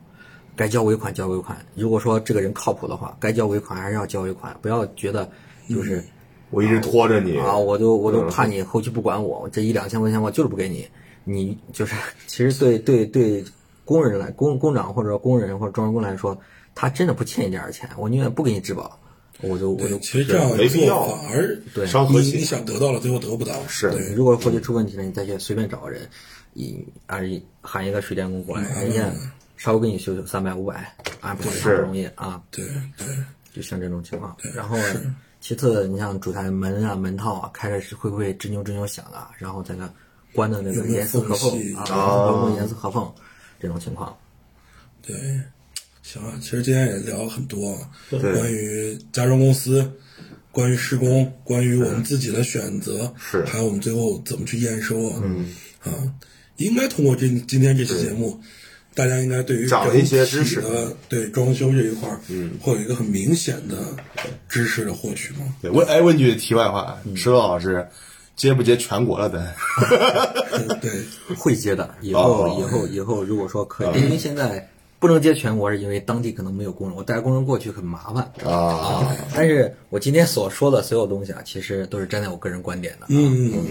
Speaker 4: 该交尾款交尾款。如果说这个人靠谱的话，该交尾款还是要交尾款，不要觉得就是。
Speaker 2: 我一直拖着
Speaker 1: 嗯
Speaker 2: 你
Speaker 4: 啊，我就我就怕你后期不管我，这一两千块钱我就是不给你，你就是其实对对对工人来工工长或者工人或者装修工来说，他真的不欠你这点钱，我宁愿不给你质保，我就我就
Speaker 1: 对，其实这样
Speaker 2: 没必要
Speaker 1: 做反而
Speaker 4: 对
Speaker 2: 伤和
Speaker 1: 你你
Speaker 2: 气，
Speaker 1: 想得到了，最后得不到，
Speaker 2: 是
Speaker 1: 对嗯
Speaker 4: 如果后期出问题了，你再去随便找个人，一啊一喊一个水电工过来，
Speaker 1: 嗯
Speaker 4: 人家稍微给你修修三百五百，啊不是
Speaker 2: 是
Speaker 4: 不容易啊，
Speaker 1: 对对，
Speaker 4: 就像这种情况。然后其次，你像主台门啊、门套啊，开着是会不会吱扭吱扭响啊？然后在那关的那个严丝合缝
Speaker 1: 有没有缝隙
Speaker 4: 啊，包括严丝合缝这种情况。
Speaker 1: 对，行啊，其实今天也聊了很多啊，关于家装公司，关于施工，关于我们自己的选择，
Speaker 2: 是
Speaker 1: 还有我们最后怎么去验收啊，嗯，啊，应该通过这今天这期节目，大家应该对于
Speaker 2: 长了一些知识
Speaker 1: 整体的对装修这一块，嗯，会有一个很明显的知识的获取 嘛。
Speaker 2: 对问哎问句题外话，石头老师接不接全国了咱？
Speaker 1: 对，
Speaker 4: 会接的，以后、
Speaker 2: 哦
Speaker 4: 以后以后，如果说可以，因为现在不能接全国，是因为当地可能没有工人，我带工人过去很麻烦。
Speaker 2: 啊，
Speaker 4: 但是我今天所说的所有东西啊，其实都是站在我个人观点的。
Speaker 1: 嗯嗯嗯，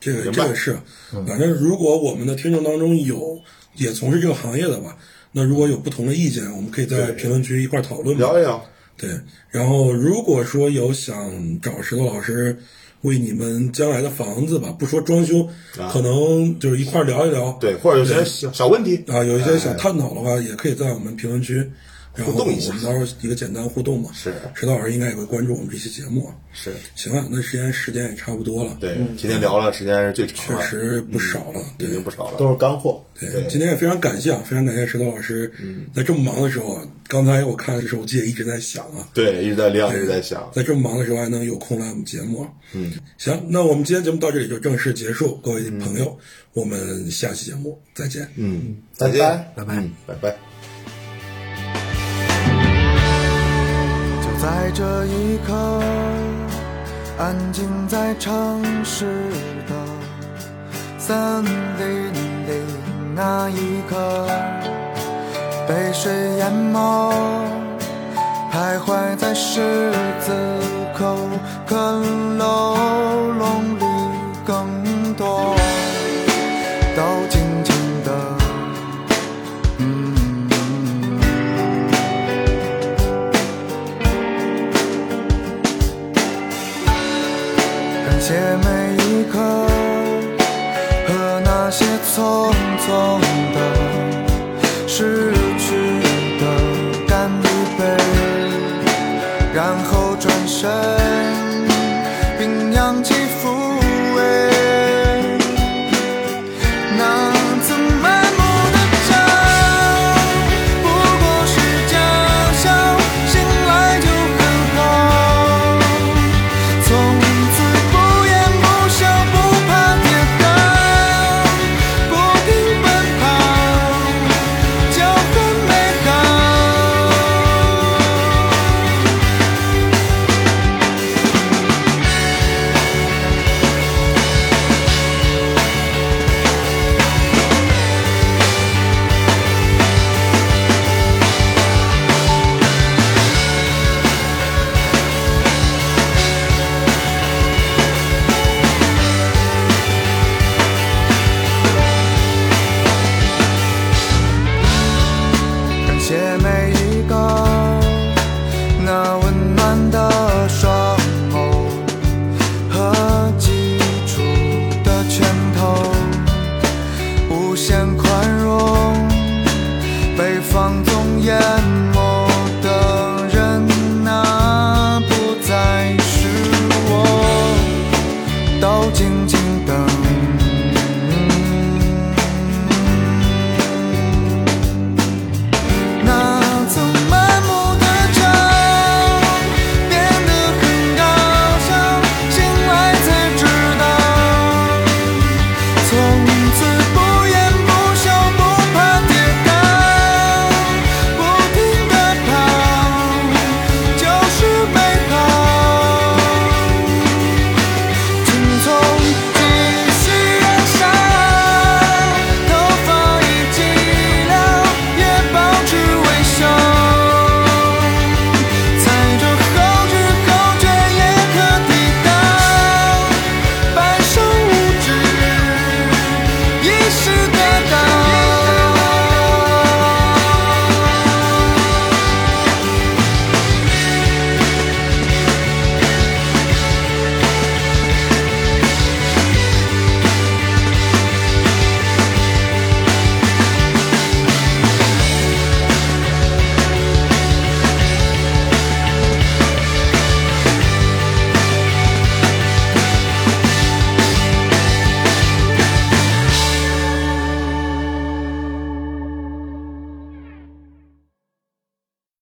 Speaker 1: 这个
Speaker 2: 明
Speaker 1: 这
Speaker 2: 白嗯
Speaker 1: 个是，反正如果我们的听众当中有也从事这个行业的吧，那如果有不同的意见，我们可以在评论区一块儿讨论吧。
Speaker 2: 聊一聊，
Speaker 1: 对，然后如果说有想找石头老师为你们将来的房子吧，不说装修，可能就是一块儿聊一聊。
Speaker 2: 啊对，或者有些小小问题，
Speaker 1: 啊，有一些想探讨的话，也可以在我们评论区，然后
Speaker 2: 互动一下
Speaker 1: 我们到时候一个简单互动嘛。
Speaker 2: 是
Speaker 1: 石头老师应该也会关注我们这期节目啊。
Speaker 2: 是
Speaker 1: 行啊，那时间时间也差不多了，，
Speaker 2: 对，今天聊了时间是最长
Speaker 1: 确
Speaker 2: 了，
Speaker 1: 实不少了，
Speaker 2: 已
Speaker 1: 啊嗯对
Speaker 2: 经不少了，
Speaker 5: 都是干货。
Speaker 1: 对，今天也非常感谢啊，非常感谢石头老师，在这么忙的时候，啊刚才我看手机也一直在响啊，
Speaker 2: 对，一直在亮，一直在想，
Speaker 1: 在这么忙的时候还能有空来我们节目。嗯，行，那我们今天节目到这里就正式结束，各位朋友，我们下期节目再见。嗯。
Speaker 2: 嗯，
Speaker 5: 拜
Speaker 2: 再见，嗯
Speaker 4: 拜拜。
Speaker 2: 拜拜。
Speaker 8: 就在这一刻，安静在城市的森林里那一刻，被水淹没，徘徊在十字口，坑楼笼里更多，都静静的。嗯。感谢每一刻和那些匆匆的逝去的干一杯，然后转身。哎